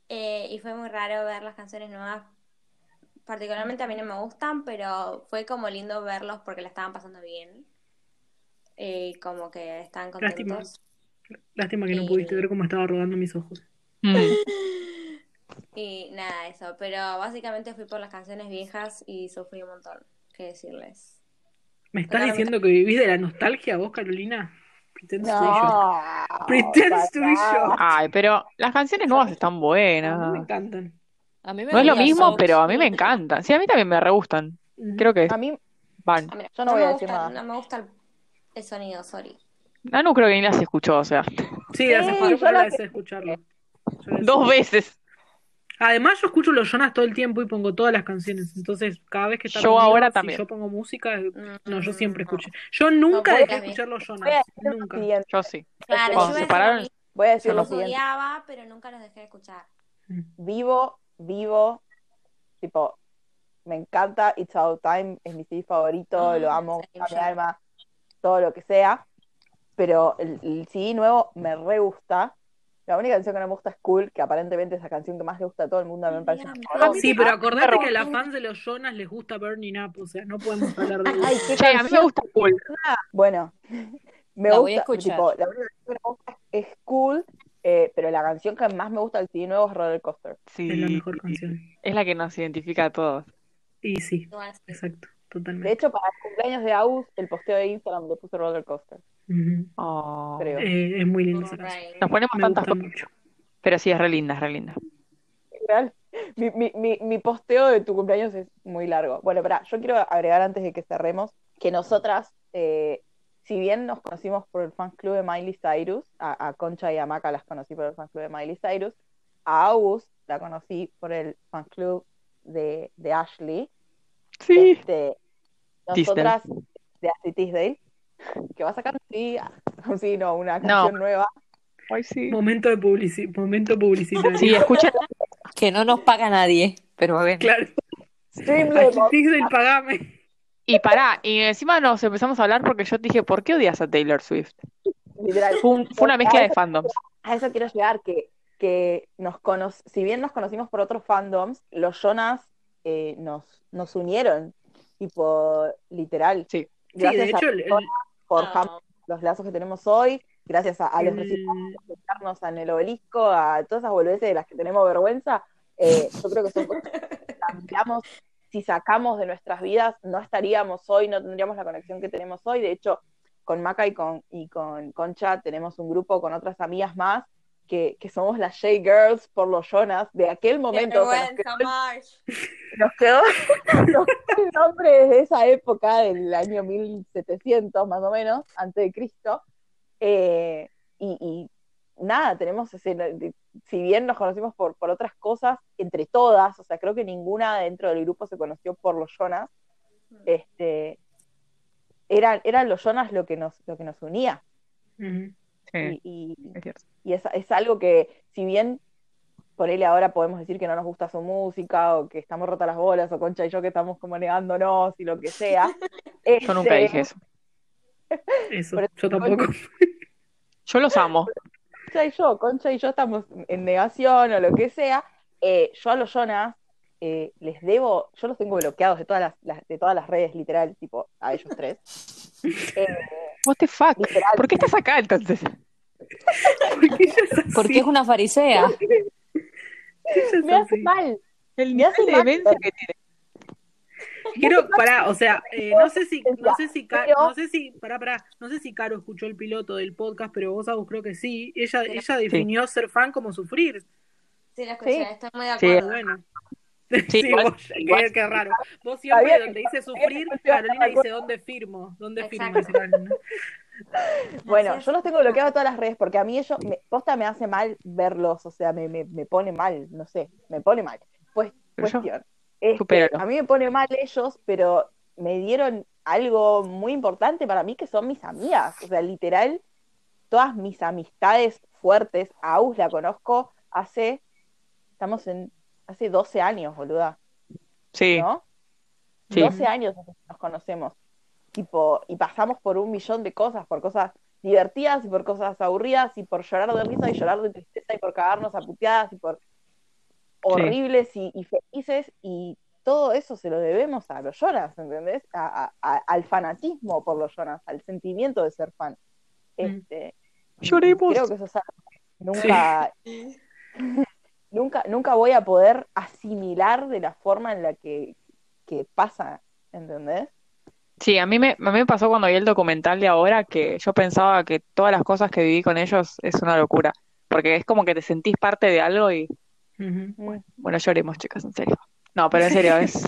eh, y fue muy raro ver las canciones nuevas. Particularmente a mí no me gustan, pero fue como lindo verlos porque la estaban pasando bien. Eh, como que estaban
Lástima.
contentos.
Lástima que no
Y-
pudiste ver cómo estaba rodando mis ojos.
Mm,
Y nada, eso. Pero básicamente fui por las canciones viejas y sufrí un montón, qué decirles.
¿Me estás
Totalmente.
diciendo que vivís de la nostalgia vos, Carolina? Pretends to be shocked.
No.
Pretends to be shocked.
Ay, pero las canciones nuevas están
A mí me
buenas.
encantan.
A mí me
No es lo
gusta
mismo,
Soft.
pero a mí me encantan. Sí, a mí también me re gustan. Creo que
A mí,
van.
Ah, mira,
Yo no voy
me
a decir
gusta-
nada.
No me gusta el, el sonido, sorry.
Nanu creo que ni las escuchó, o sea,
Sí, las
Sí,
escucho,
yo
pero
las-
las sé escucharlo. Yo las-
dos veces.
Además, yo escucho los Jonas todo el tiempo y pongo todas las canciones. Entonces, cada vez que está
Yo
reunido,
ahora
si
también.
yo pongo música, no, yo
Mm,
siempre
no.
escuché. Yo nunca
No,
dejé de
porque-
escuchar los
voy a
Jonas.
decir lo
Nunca.
siguiente.
Yo sí.
Claro,
Este, Cuando
yo
se
voy a
separaron,
decir
Voy a decir
lo
lo
mismo. Los
siguiente.
odiaba, pero nunca los dejé de escuchar.
Mm.
Vivo, vivo, tipo, me encanta It's Out Time, es mi CD favorito,
Ah,
lo amo
sí,
a mi
yo.
alma, todo lo que sea. Pero el, el CD nuevo me re gusta. La única canción que no me gusta es Cool, que aparentemente es la canción que más le gusta a todo el mundo, a mí me parece.
Mírame.
una
Sí, pero acordate
pero-
que a las fans de los Jonas les gusta Burning Up, o sea, no podemos hablar de
Ay, qué
Che, a mí me gusta Cool.
Bueno, me
La
gusta,
voy a escuchar.
tipo, la única canción que me gusta es Cool, eh, pero la canción que más me gusta del CD nuevo es Roller Coaster.
Sí.
Es la mejor canción.
Es la que nos identifica a todos.
Y sí,
Igual,
exacto. totalmente.
De hecho, para el cumpleaños de Agus, el posteo de Instagram le puse roller coaster,
Ujú.
Oh.
creo.
Eh, es muy lindo esa canción.
Right.
Nos ponemos
Me
tantas
gusta
cosas,
mucho.
pero sí, es re linda, es re linda.
Real. Mi, mi, mi, mi posteo de tu cumpleaños es muy largo. Bueno, pará, yo quiero agregar antes de que cerremos que nosotras, eh, si bien nos conocimos por el fan club de Miley Cyrus, a, a Concha y a Maca las conocí por el fan club de Miley Cyrus, a August la conocí por el fan club de, de Ashley.
Sí.
Este,
Disney.
nosotras de Ashley Tisdale, que va a sacar sí, sí, no, una
No.
canción nueva.
Ay, sí.
Momento de publici momento publicitario.
Sí, escucha.
Que no nos paga nadie, pero ven.
claro.
Streamlabs.
del pagame.
Y pará, y encima nos empezamos a hablar porque yo te dije, ¿por qué odias a Taylor Swift?
Literal.
Fue, un- fue una mezcla de fandoms.
a eso quiero llegar, que, que nos cono- si bien nos conocimos por otros fandoms, los Jonas eh, nos, nos unieron, tipo, literal.
Sí.
Sí, de
Gracias
hecho,
a
el- el-
Jonas por
Ah,
los lazos que tenemos hoy, gracias a, a
Eh,
los recitales
el-
que tenemos en el obelisco, a todas esas boludeces de las que tenemos vergüenza, eh, yo creo que son cosas que cambiamos. Si sacamos de nuestras vidas, no estaríamos hoy, no tendríamos la conexión que tenemos hoy. De hecho, con Maca y con, y con Concha tenemos un grupo con otras amigas más que, que somos las J Girls por los Jonas de aquel
Qué
momento. o sea, nos,
vergüenza, Marge.
quedó, nos quedó- nos quedó el nombre de esa época del año 1700 más o menos, antes de Cristo. Eh, y, y nada, tenemos ese, si bien nos conocimos por, por otras cosas, entre todas, o sea, creo que ninguna dentro del grupo se conoció por los Jonas, este, eran, eran los Jonas lo que nos, lo que nos unía.
Ujú.
Sí,
Y, y-
es cierto.
y es, es algo que, si bien por él ahora podemos decir que no nos gusta su música, o que estamos rotas las bolas, o Concha y yo que estamos como negándonos y lo que sea.
Yo nunca
este,
dije eso.
Eso,
Pero-
yo tampoco.
Yo los amo.
Concha y yo, Concha y yo estamos en negación o lo que sea, eh, yo a los Jonas eh, les debo, yo los tengo bloqueados de todas las, las- de todas las redes, literal, tipo a ellos tres. Eh,
What the fuck?
literal,
¿Por qué estás acá entonces?
Porque ella es así.
Porque es una farisea.
ella es
me hace
así.
mal.
El
Me hace
nivel de
mal.
demencia que tiene.
Quiero, pará, o sea, eh, no sé si, no sé si, Ca-
Pero-
no sé si, pará, pará, no sé si Caro escuchó el piloto del podcast, pero vos, Agus, creo que sí. Ella, ella definió ser fan como sufrir.
Sí, lo escuché,
Sí.
estoy muy de
Sí.
acuerdo.
Ah, Bueno.
Sí, igual-
vos- qué, qué raro. Vos siempre
Sabía que-
donde dice
que
sufrir,
no te ibas a
Carolina
dar cuenta.
dice dónde firmo, dónde firmo.
Exacto.
dice Carolina.
Bueno,
Gracias.
yo los tengo bloqueados de todas las redes porque a mí ellos, me, posta me hace mal verlos, o sea, me, me, me pone mal, no sé, me pone mal. Pues,
Pero yo-
cuestión. Este,
supéralo.
a mí me pone mal ellos, pero me dieron algo muy importante para mí que son mis amigas, o sea, literal, todas mis amistades fuertes, a Aus la conozco hace, estamos en, hace 12 años, boluda,
Sí,
¿no?
sí.
12 años desde que nos conocemos. Tipo, y pasamos por un millón de cosas, por cosas divertidas y por cosas aburridas y por llorar de risa y llorar de tristeza y por cagarnos a puteadas y por horribles y, y felices y todo eso se lo debemos a los Jonas, ¿entendés? A- a- a- al fanatismo por los Jonas, al sentimiento de ser fan. Este,
Mm. Lloremos.
Creo que eso es algo que nunca, nunca, nunca voy a poder asimilar de la forma en la que, que pasa, ¿entendés?
Sí, a mí me, a mí me pasó cuando vi el documental de ahora que yo pensaba que todas las cosas que viví con ellos es una locura. Porque es como que te sentís parte de algo y,
Ujú.
bueno, lloremos, chicas, en serio. No, pero en serio, es,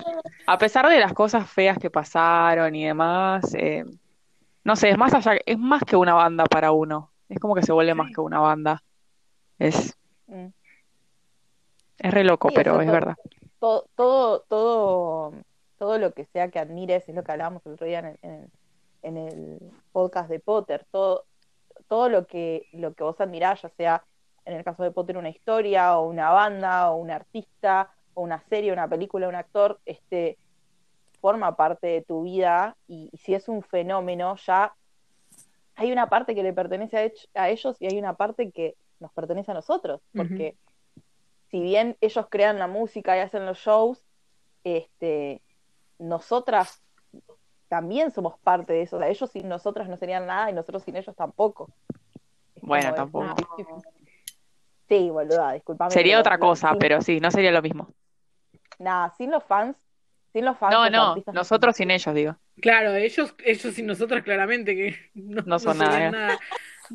a pesar de las cosas feas que pasaron y demás, eh, no sé, es más allá, es más que una banda para uno. Es como que se vuelve más
Sí.
que una banda. Es,
Mm.
es re loco,
Sí, o
pero
sea,
es
to-
verdad.
Todo, todo, todo, todo lo que sea que admires, es lo que hablábamos el otro día en el, en el- en el podcast de Potter, todo, todo lo que, lo que vos admirás, ya sea en el caso de Potter una historia, o una banda, o un artista, o una serie, una película, un actor, este forma parte de tu vida, y, y si es un fenómeno, ya hay una parte que le pertenece a, ech- a ellos y hay una parte que nos pertenece a nosotros,
Ujú.
porque si bien ellos crean la música y hacen los shows, este, nosotras también somos parte de eso. O sea, ellos sin nosotras no serían nada y nosotros sin ellos tampoco. Es
Bueno,
como de-
tampoco.
Sí, boluda, disculpame.
Sería
pero
otra
no-
cosa,
sin-
pero sí, no sería lo mismo.
Nada, sin los fans, sin los fans.
No,
los
no,
artistas
nosotros sin e- ellos, digo.
Claro, ellos, ellos y nosotras claramente que no,
No son nada,
serían
¿eh?
nada.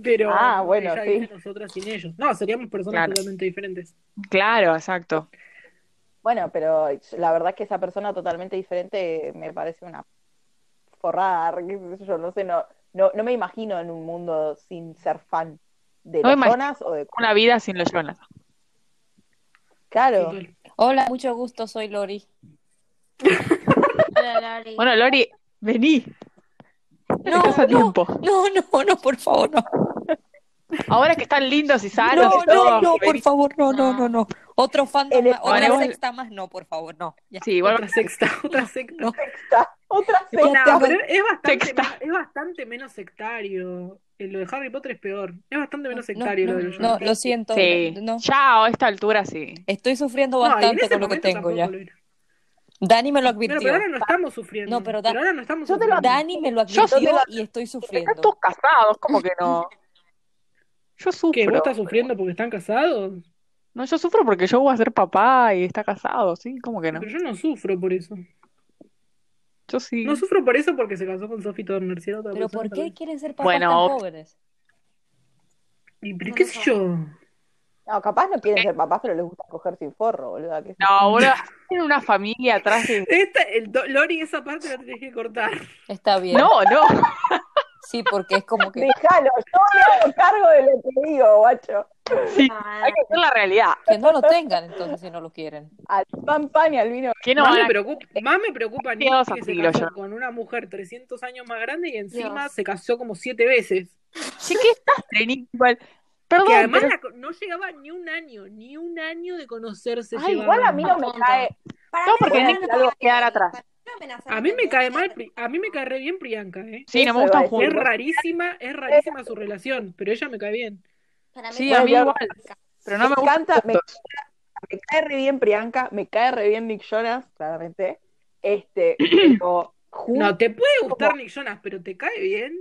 Pero
Ah, bueno,
ya
sí.
dije nosotras sin ellos. No, seríamos personas
Claro.
totalmente diferentes.
Claro, exacto.
Bueno, pero la verdad es que esa persona totalmente diferente me parece una forrada, qué sé yo, no sé, no, no, no me imagino en un mundo sin ser fan de
No me
las
imagino.
zonas o de...
Una vida sin los Jonas.
Claro,
Total.
Hola, mucho gusto, soy Lori.
Hola, Lori.
Bueno, Lori, vení.
No,
Estás a
no.
tiempo.
No, no, no, por favor, no.
Ahora que están lindos y sanos
No,
y todo,
no, no, por
vení.
favor, no, no, no, no. Otro fandom,
El
más, otra
español.
sexta más, no, por favor, no. Ya.
Sí, igual
Otra sexta, otra secta.
no.
está, otra
No,
secta.
No, pero es bastante,
Secta.
más- es bastante menos sectario. Eh, Lo de Harry Potter es peor. Es bastante menos
No,
sectario
no,
lo de los
no,
Jonas.
lo siento.
Sí.
No.
Ya a esta altura sí.
Estoy sufriendo
No, y en
bastante
ese
con lo que
momento
tengo
tampoco
ya.
lo era.
Dani me lo
Bueno,
advirtió.
pero ahora no estamos sufriendo.
No, pero da-
ahora no estamos
Yo te lo
sufriendo.
Dani me lo
Yo
advirtió
te lo-
y estoy
Están
sufriendo.
todos casados, como que no. Yo sufro.
¿Qué? ¿Vos estás sufriendo porque están casados?
No, yo sufro porque yo voy a ser papá y está casado, ¿sí? Como que no.
Pero yo no sufro por eso.
Yo sí.
No sufro por eso porque se casó con Sophie Turner, si era otra
Pero
persona,
¿por qué
tal vez.
quieren ser papás
Bueno,
tan
op-
jóvenes?
¿Y pero qué sé yo?
No, capaz no quieren ser papás, pero les gusta coger sin forro, boludo. que-
No, boludo. Tienen una familia atrás de.
Esta, el, do- Lori, esa parte la tenés que cortar.
Está bien.
No, no.
Sí, porque es como que,
Déjalo, yo me hago cargo de lo que digo, guacho.
Sí.
Ah,
Hay que ver la realidad.
que no lo tengan entonces si no lo quieren.
Al pan pan y al vino.
¿Qué no
más,
van a-
me preocupa, más me preocupa a Nick
Dios,
que se
así lo
casó
llamo.
con una mujer 300 años más grande y encima
Dios.
se casó como siete veces.
Sí, que estás teniendo igual. Perdón,
Que además
pero-
la co- no llegaba ni un año, ni un año de conocerse.
Ay,
llevaban.
Igual a mí no me
Punto.
cae,
para
No,
mí
porque
no
Nick
me
algo
cae
quedar
bien.
atrás.
Para mí no me
A mí me
amenazan,
cae
no
mal,
me-
Pri- a mí me cae re bien Priyanka, ¿eh?
Sí, no
Eso
me
iba
gustan
a
Es
decir.
juntos.
rarísima, es rarísima su relación, pero ella me cae bien.
para mí
Sí,
no
a
me
mí
amenazan.
Pero no me
Me
gustan
encanta, me-
juntos.
me cae re bien Priyanka, me cae re bien Nick Jonas, claramente. Este,
No,
pero juntos,
te puede gustar Nick Jonas, pero te cae bien.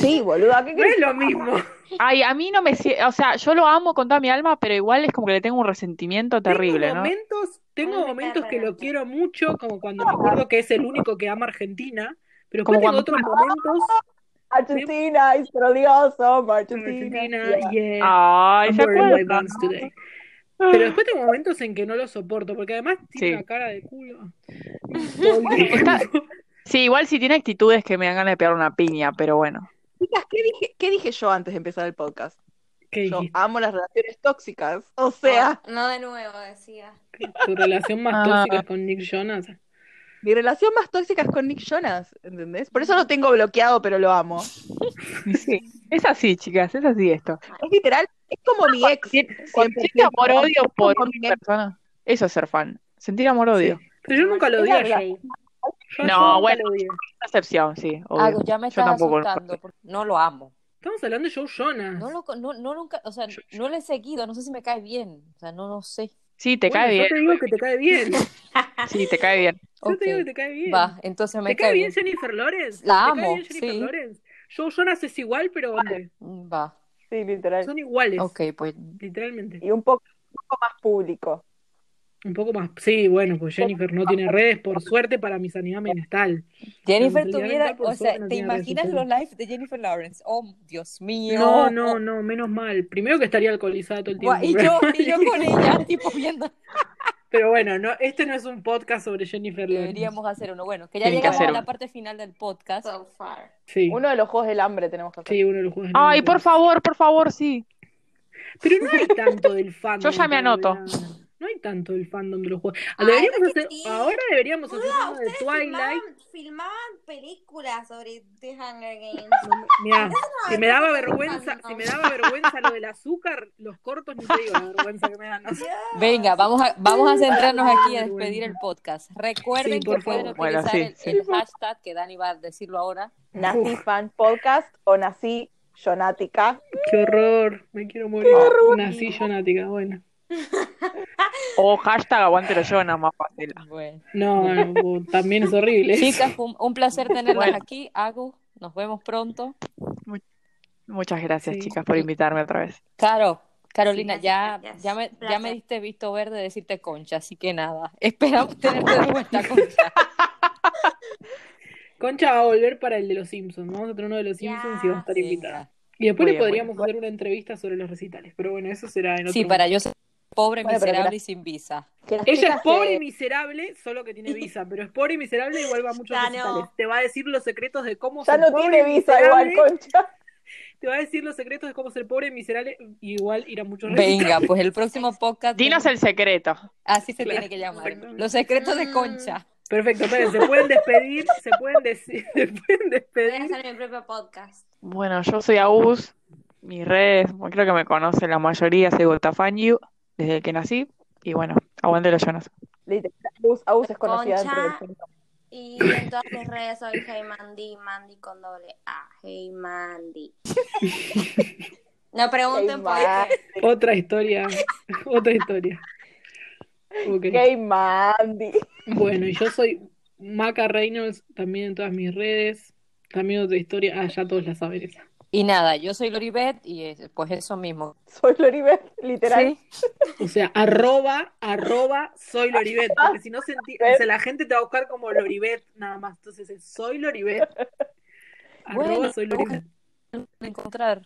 sí, boluda, ¿qué
No es
crees?
lo mismo.
Ay, a mí no me. sie- O sea, yo lo amo con toda mi alma, pero igual es como que le tengo un resentimiento terrible,
tengo
¿no?
momentos,
A mí
tengo
me
momentos
cae
que
para
lo quiero mucho, como cuando me acuerdo que es el único que ama Argentina, pero
Como
después tengo
cuando-
otros momentos
Argentina, it's really awesome,
con
Argentina.
Argentina,
Yeah.
yeah,
Ay,
I'm
¿se
wearing my
acuerdan?
guns today. Pero después tengo momentos en que no lo soporto, porque además tiene
Sí.
una cara de culo. Todo el tiempo.
Sí, igual sí tiene actitudes que me dan ganas de pegar una piña, pero bueno.
Chicas, ¿qué dije, qué dije yo antes de empezar el podcast?
¿Qué
Yo
dijiste?
amo las relaciones tóxicas, o sea,
No de nuevo, decía.
Tu relación más
Ah.
tóxica es con Nick Jonas.
mi relación más tóxica es con Nick Jonas, ¿entendés? Por eso lo tengo bloqueado, pero lo amo.
Y Sí, es así, chicas, es así esto.
Es literal, es como mi ex.
Cuando siente amor-odio por una persona, eso es ser fan. Sentir amor-odio.
Sí. Pero yo nunca lo odié a
Era
Joe. Yo a
No,
Joe nunca
bueno.
lo odié.
Una excepción, sí, obvio.
Agus, Ah, ya me
Yo
estás
tampoco.
asustando. porque No lo amo.
Estamos hablando de Joe Jonas.
No lo con- no, no nunca, o sea, no le he seguido, no sé si me cae bien. O sea, no lo sé.
Sí, te
Bueno,
cae bien.
Yo te digo que te cae bien. Yo
Sí, te cae bien.
Ok,
te digo que te cae bien.
va, entonces me
¿Te cae bien Jennifer Lawrence?
La
¿Te
amo,
cae bien Jennifer
sí.
Lawrence? Joe Jonas es igual, pero hombre.
Mm, Va,
Sí, literal.
Son iguales,
ok, pues
literalmente.
Y un poco, un poco más público.
Un poco más. Sí, bueno, pues Jennifer no tiene redes, por suerte, para mis animes mental.
Jennifer
Pero
tuviera,
sinceramente, por
o sea,
suerte, no
¿te
tiene
imaginas los
resultado.
lives de Jennifer Lawrence? Oh, Dios mío.
No, no, no, menos mal. Primero que estaría alcoholizada todo el tiempo.
Gua- Y
pero-
yo, y yo con ella, tipo viendo.
Pero bueno, no, este no es un podcast sobre Jennifer Lawrence.
Deberíamos hacer uno. Bueno, que ya
Tienen que
llegamos
hacer
a la
uno.
parte final del podcast.
So far.
Sí,
Uno de los juegos del hambre tenemos que hacer.
sí, uno de los juegos. de
Ay,
Nintendo.
por favor, por favor, sí.
Pero no hay tanto del fandom.
Yo ya me
para
anoto.
hablar. No hay tanto del fandom de los juegos.
Ay,
Deberíamos
creo que
hacer-
sí.
Ahora deberíamos hacer
Boluda,
uno de
ustedes
Twilight.
filmaban, filmaban películas sobre The Hunger Games.
Mirá, si me daba vergüenza,
fandom.
si me daba vergüenza lo del azúcar, los cortos ni te digo la vergüenza que me dan. O sea,
Venga, vamos a, vamos a centrarnos aquí a
Ay,
despedir el
bueno.
podcast. Recuerden
Sí,
que
por
pueden
favor.
Bueno,
utilizar
sí,
el,
sí.
el hashtag que Dani va a decirlo ahora.
Nací
Uf.
fan podcast o nací jonática.
qué horror, me quiero morir. Nací jonática, bueno.
O hashtag aguante yo, nada más fácil.
Bueno.
No, no, también es horrible.
Chicas, fue un, un placer tenerlas
Bueno.
aquí. Agus, nos vemos pronto.
Muchas gracias,
Sí.
chicas, por invitarme otra vez.
Caro, Carolina,
Sí,
ya,
gracias.
ya, me, ya
Placer.
me diste visto verde decirte concha, así que nada, esperamos tenerte de vuelta, concha.
Concha va a volver para el de los Simpsons. Vamos a tener uno de los
Ya,
Simpsons y va a estar
Sí,
invitada. Y después
Muy
le
bien,
podríamos hacer una entrevista sobre los recitales. Pero bueno, eso será en otro
Sí, para yo ser pobre,
Bueno, pero
miserable
mira.
y sin visa.
Que las
Ella
chicas
es pobre
que-
y miserable, solo que tiene visa, pero es pobre y miserable igual va a muchos
Ya no.
recitales. Te va a decir los secretos de cómo
Ya
ser
no
pobre
tiene
y
visa igual,
miserable.
concha.
Te va a decir los secretos de cómo ser pobre y miserable y igual ir a muchos recitales.
Venga, pues el próximo podcast.
Dinos el secreto.
Así se
Claro,
tiene que llamar.
exactamente.
Los secretos de
Mm.
concha.
Perfecto, esperen, se pueden despedir, se pueden decir, se pueden
Voy a
despedir.
hacer mi propio podcast.
Bueno, yo soy Agus, mis redes, bueno, creo que me conocen la mayoría, soy Gotafanyu, desde que nací, y bueno, aguante los Jonas.
Literal, Aus- Aus es conocida
Concha.
dentro del centro.
Y en todas mis redes soy Hey Mandy, Mandy con doble A. Hey Mandy. No pregunten por qué.
Gay
Otra historia, otra historia. Ok.
Mandy.
Bueno, y yo soy Maca Reynolds, también en todas mis redes. También otra historia. Ah, ya todos la saben esa.
Y nada, yo soy Loribet y eh, pues eso mismo.
Soy Loribel, literal.
Sí.
O sea, arroba, arroba, soy Loribet. Porque si no se enti- o sea, la gente te va a buscar como Loribet nada más. Entonces es soy Loribet. Arroba,
Bueno,
soy Loribet.
Encontrar.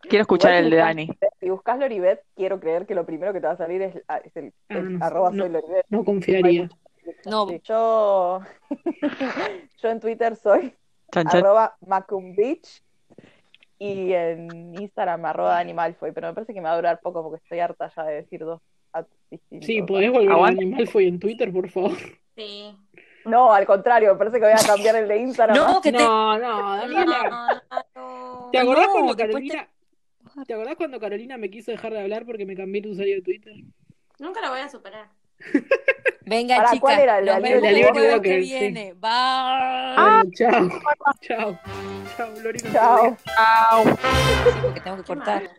Quiero escuchar
Igual
el de
me
Dani.
Si buscas Loribet, quiero creer que lo primero que te va a salir es, es el,
Ah,
es
no,
arroba
no.
soy Loribet.
No confiaría.
No,
Sí. Yo, yo en Twitter soy
Chan, chan.
arroba macumbitch y en Instagram arroba animalfoy, pero me parece que me va a durar poco porque estoy harta ya de decir dos at- distintos.
Sí, podés volver a
Aguante.
Animal Fue en Twitter, por favor.
Sí.
No, al contrario, me parece que voy a cambiar el de Instagram.
no, que te.
No, no, Daniela.
no.
¿Te acordás
No,
cuando
después te-
Carolina? ¿Te acordás cuando Carolina me quiso dejar de hablar porque me cambié el usuario de Twitter?
Nunca lo voy a superar.
Venga,
Pará,
chicas.
¿cuál era el de
nos
Alicia?
vemos
El de
el
Alicia
jueves que
Walker, sí.
viene. Bye.
Bueno, chao. Chao. Chao, Loribet.
Chao.
Chau.
Sí, porque tengo que
Qué
cortar.
mala.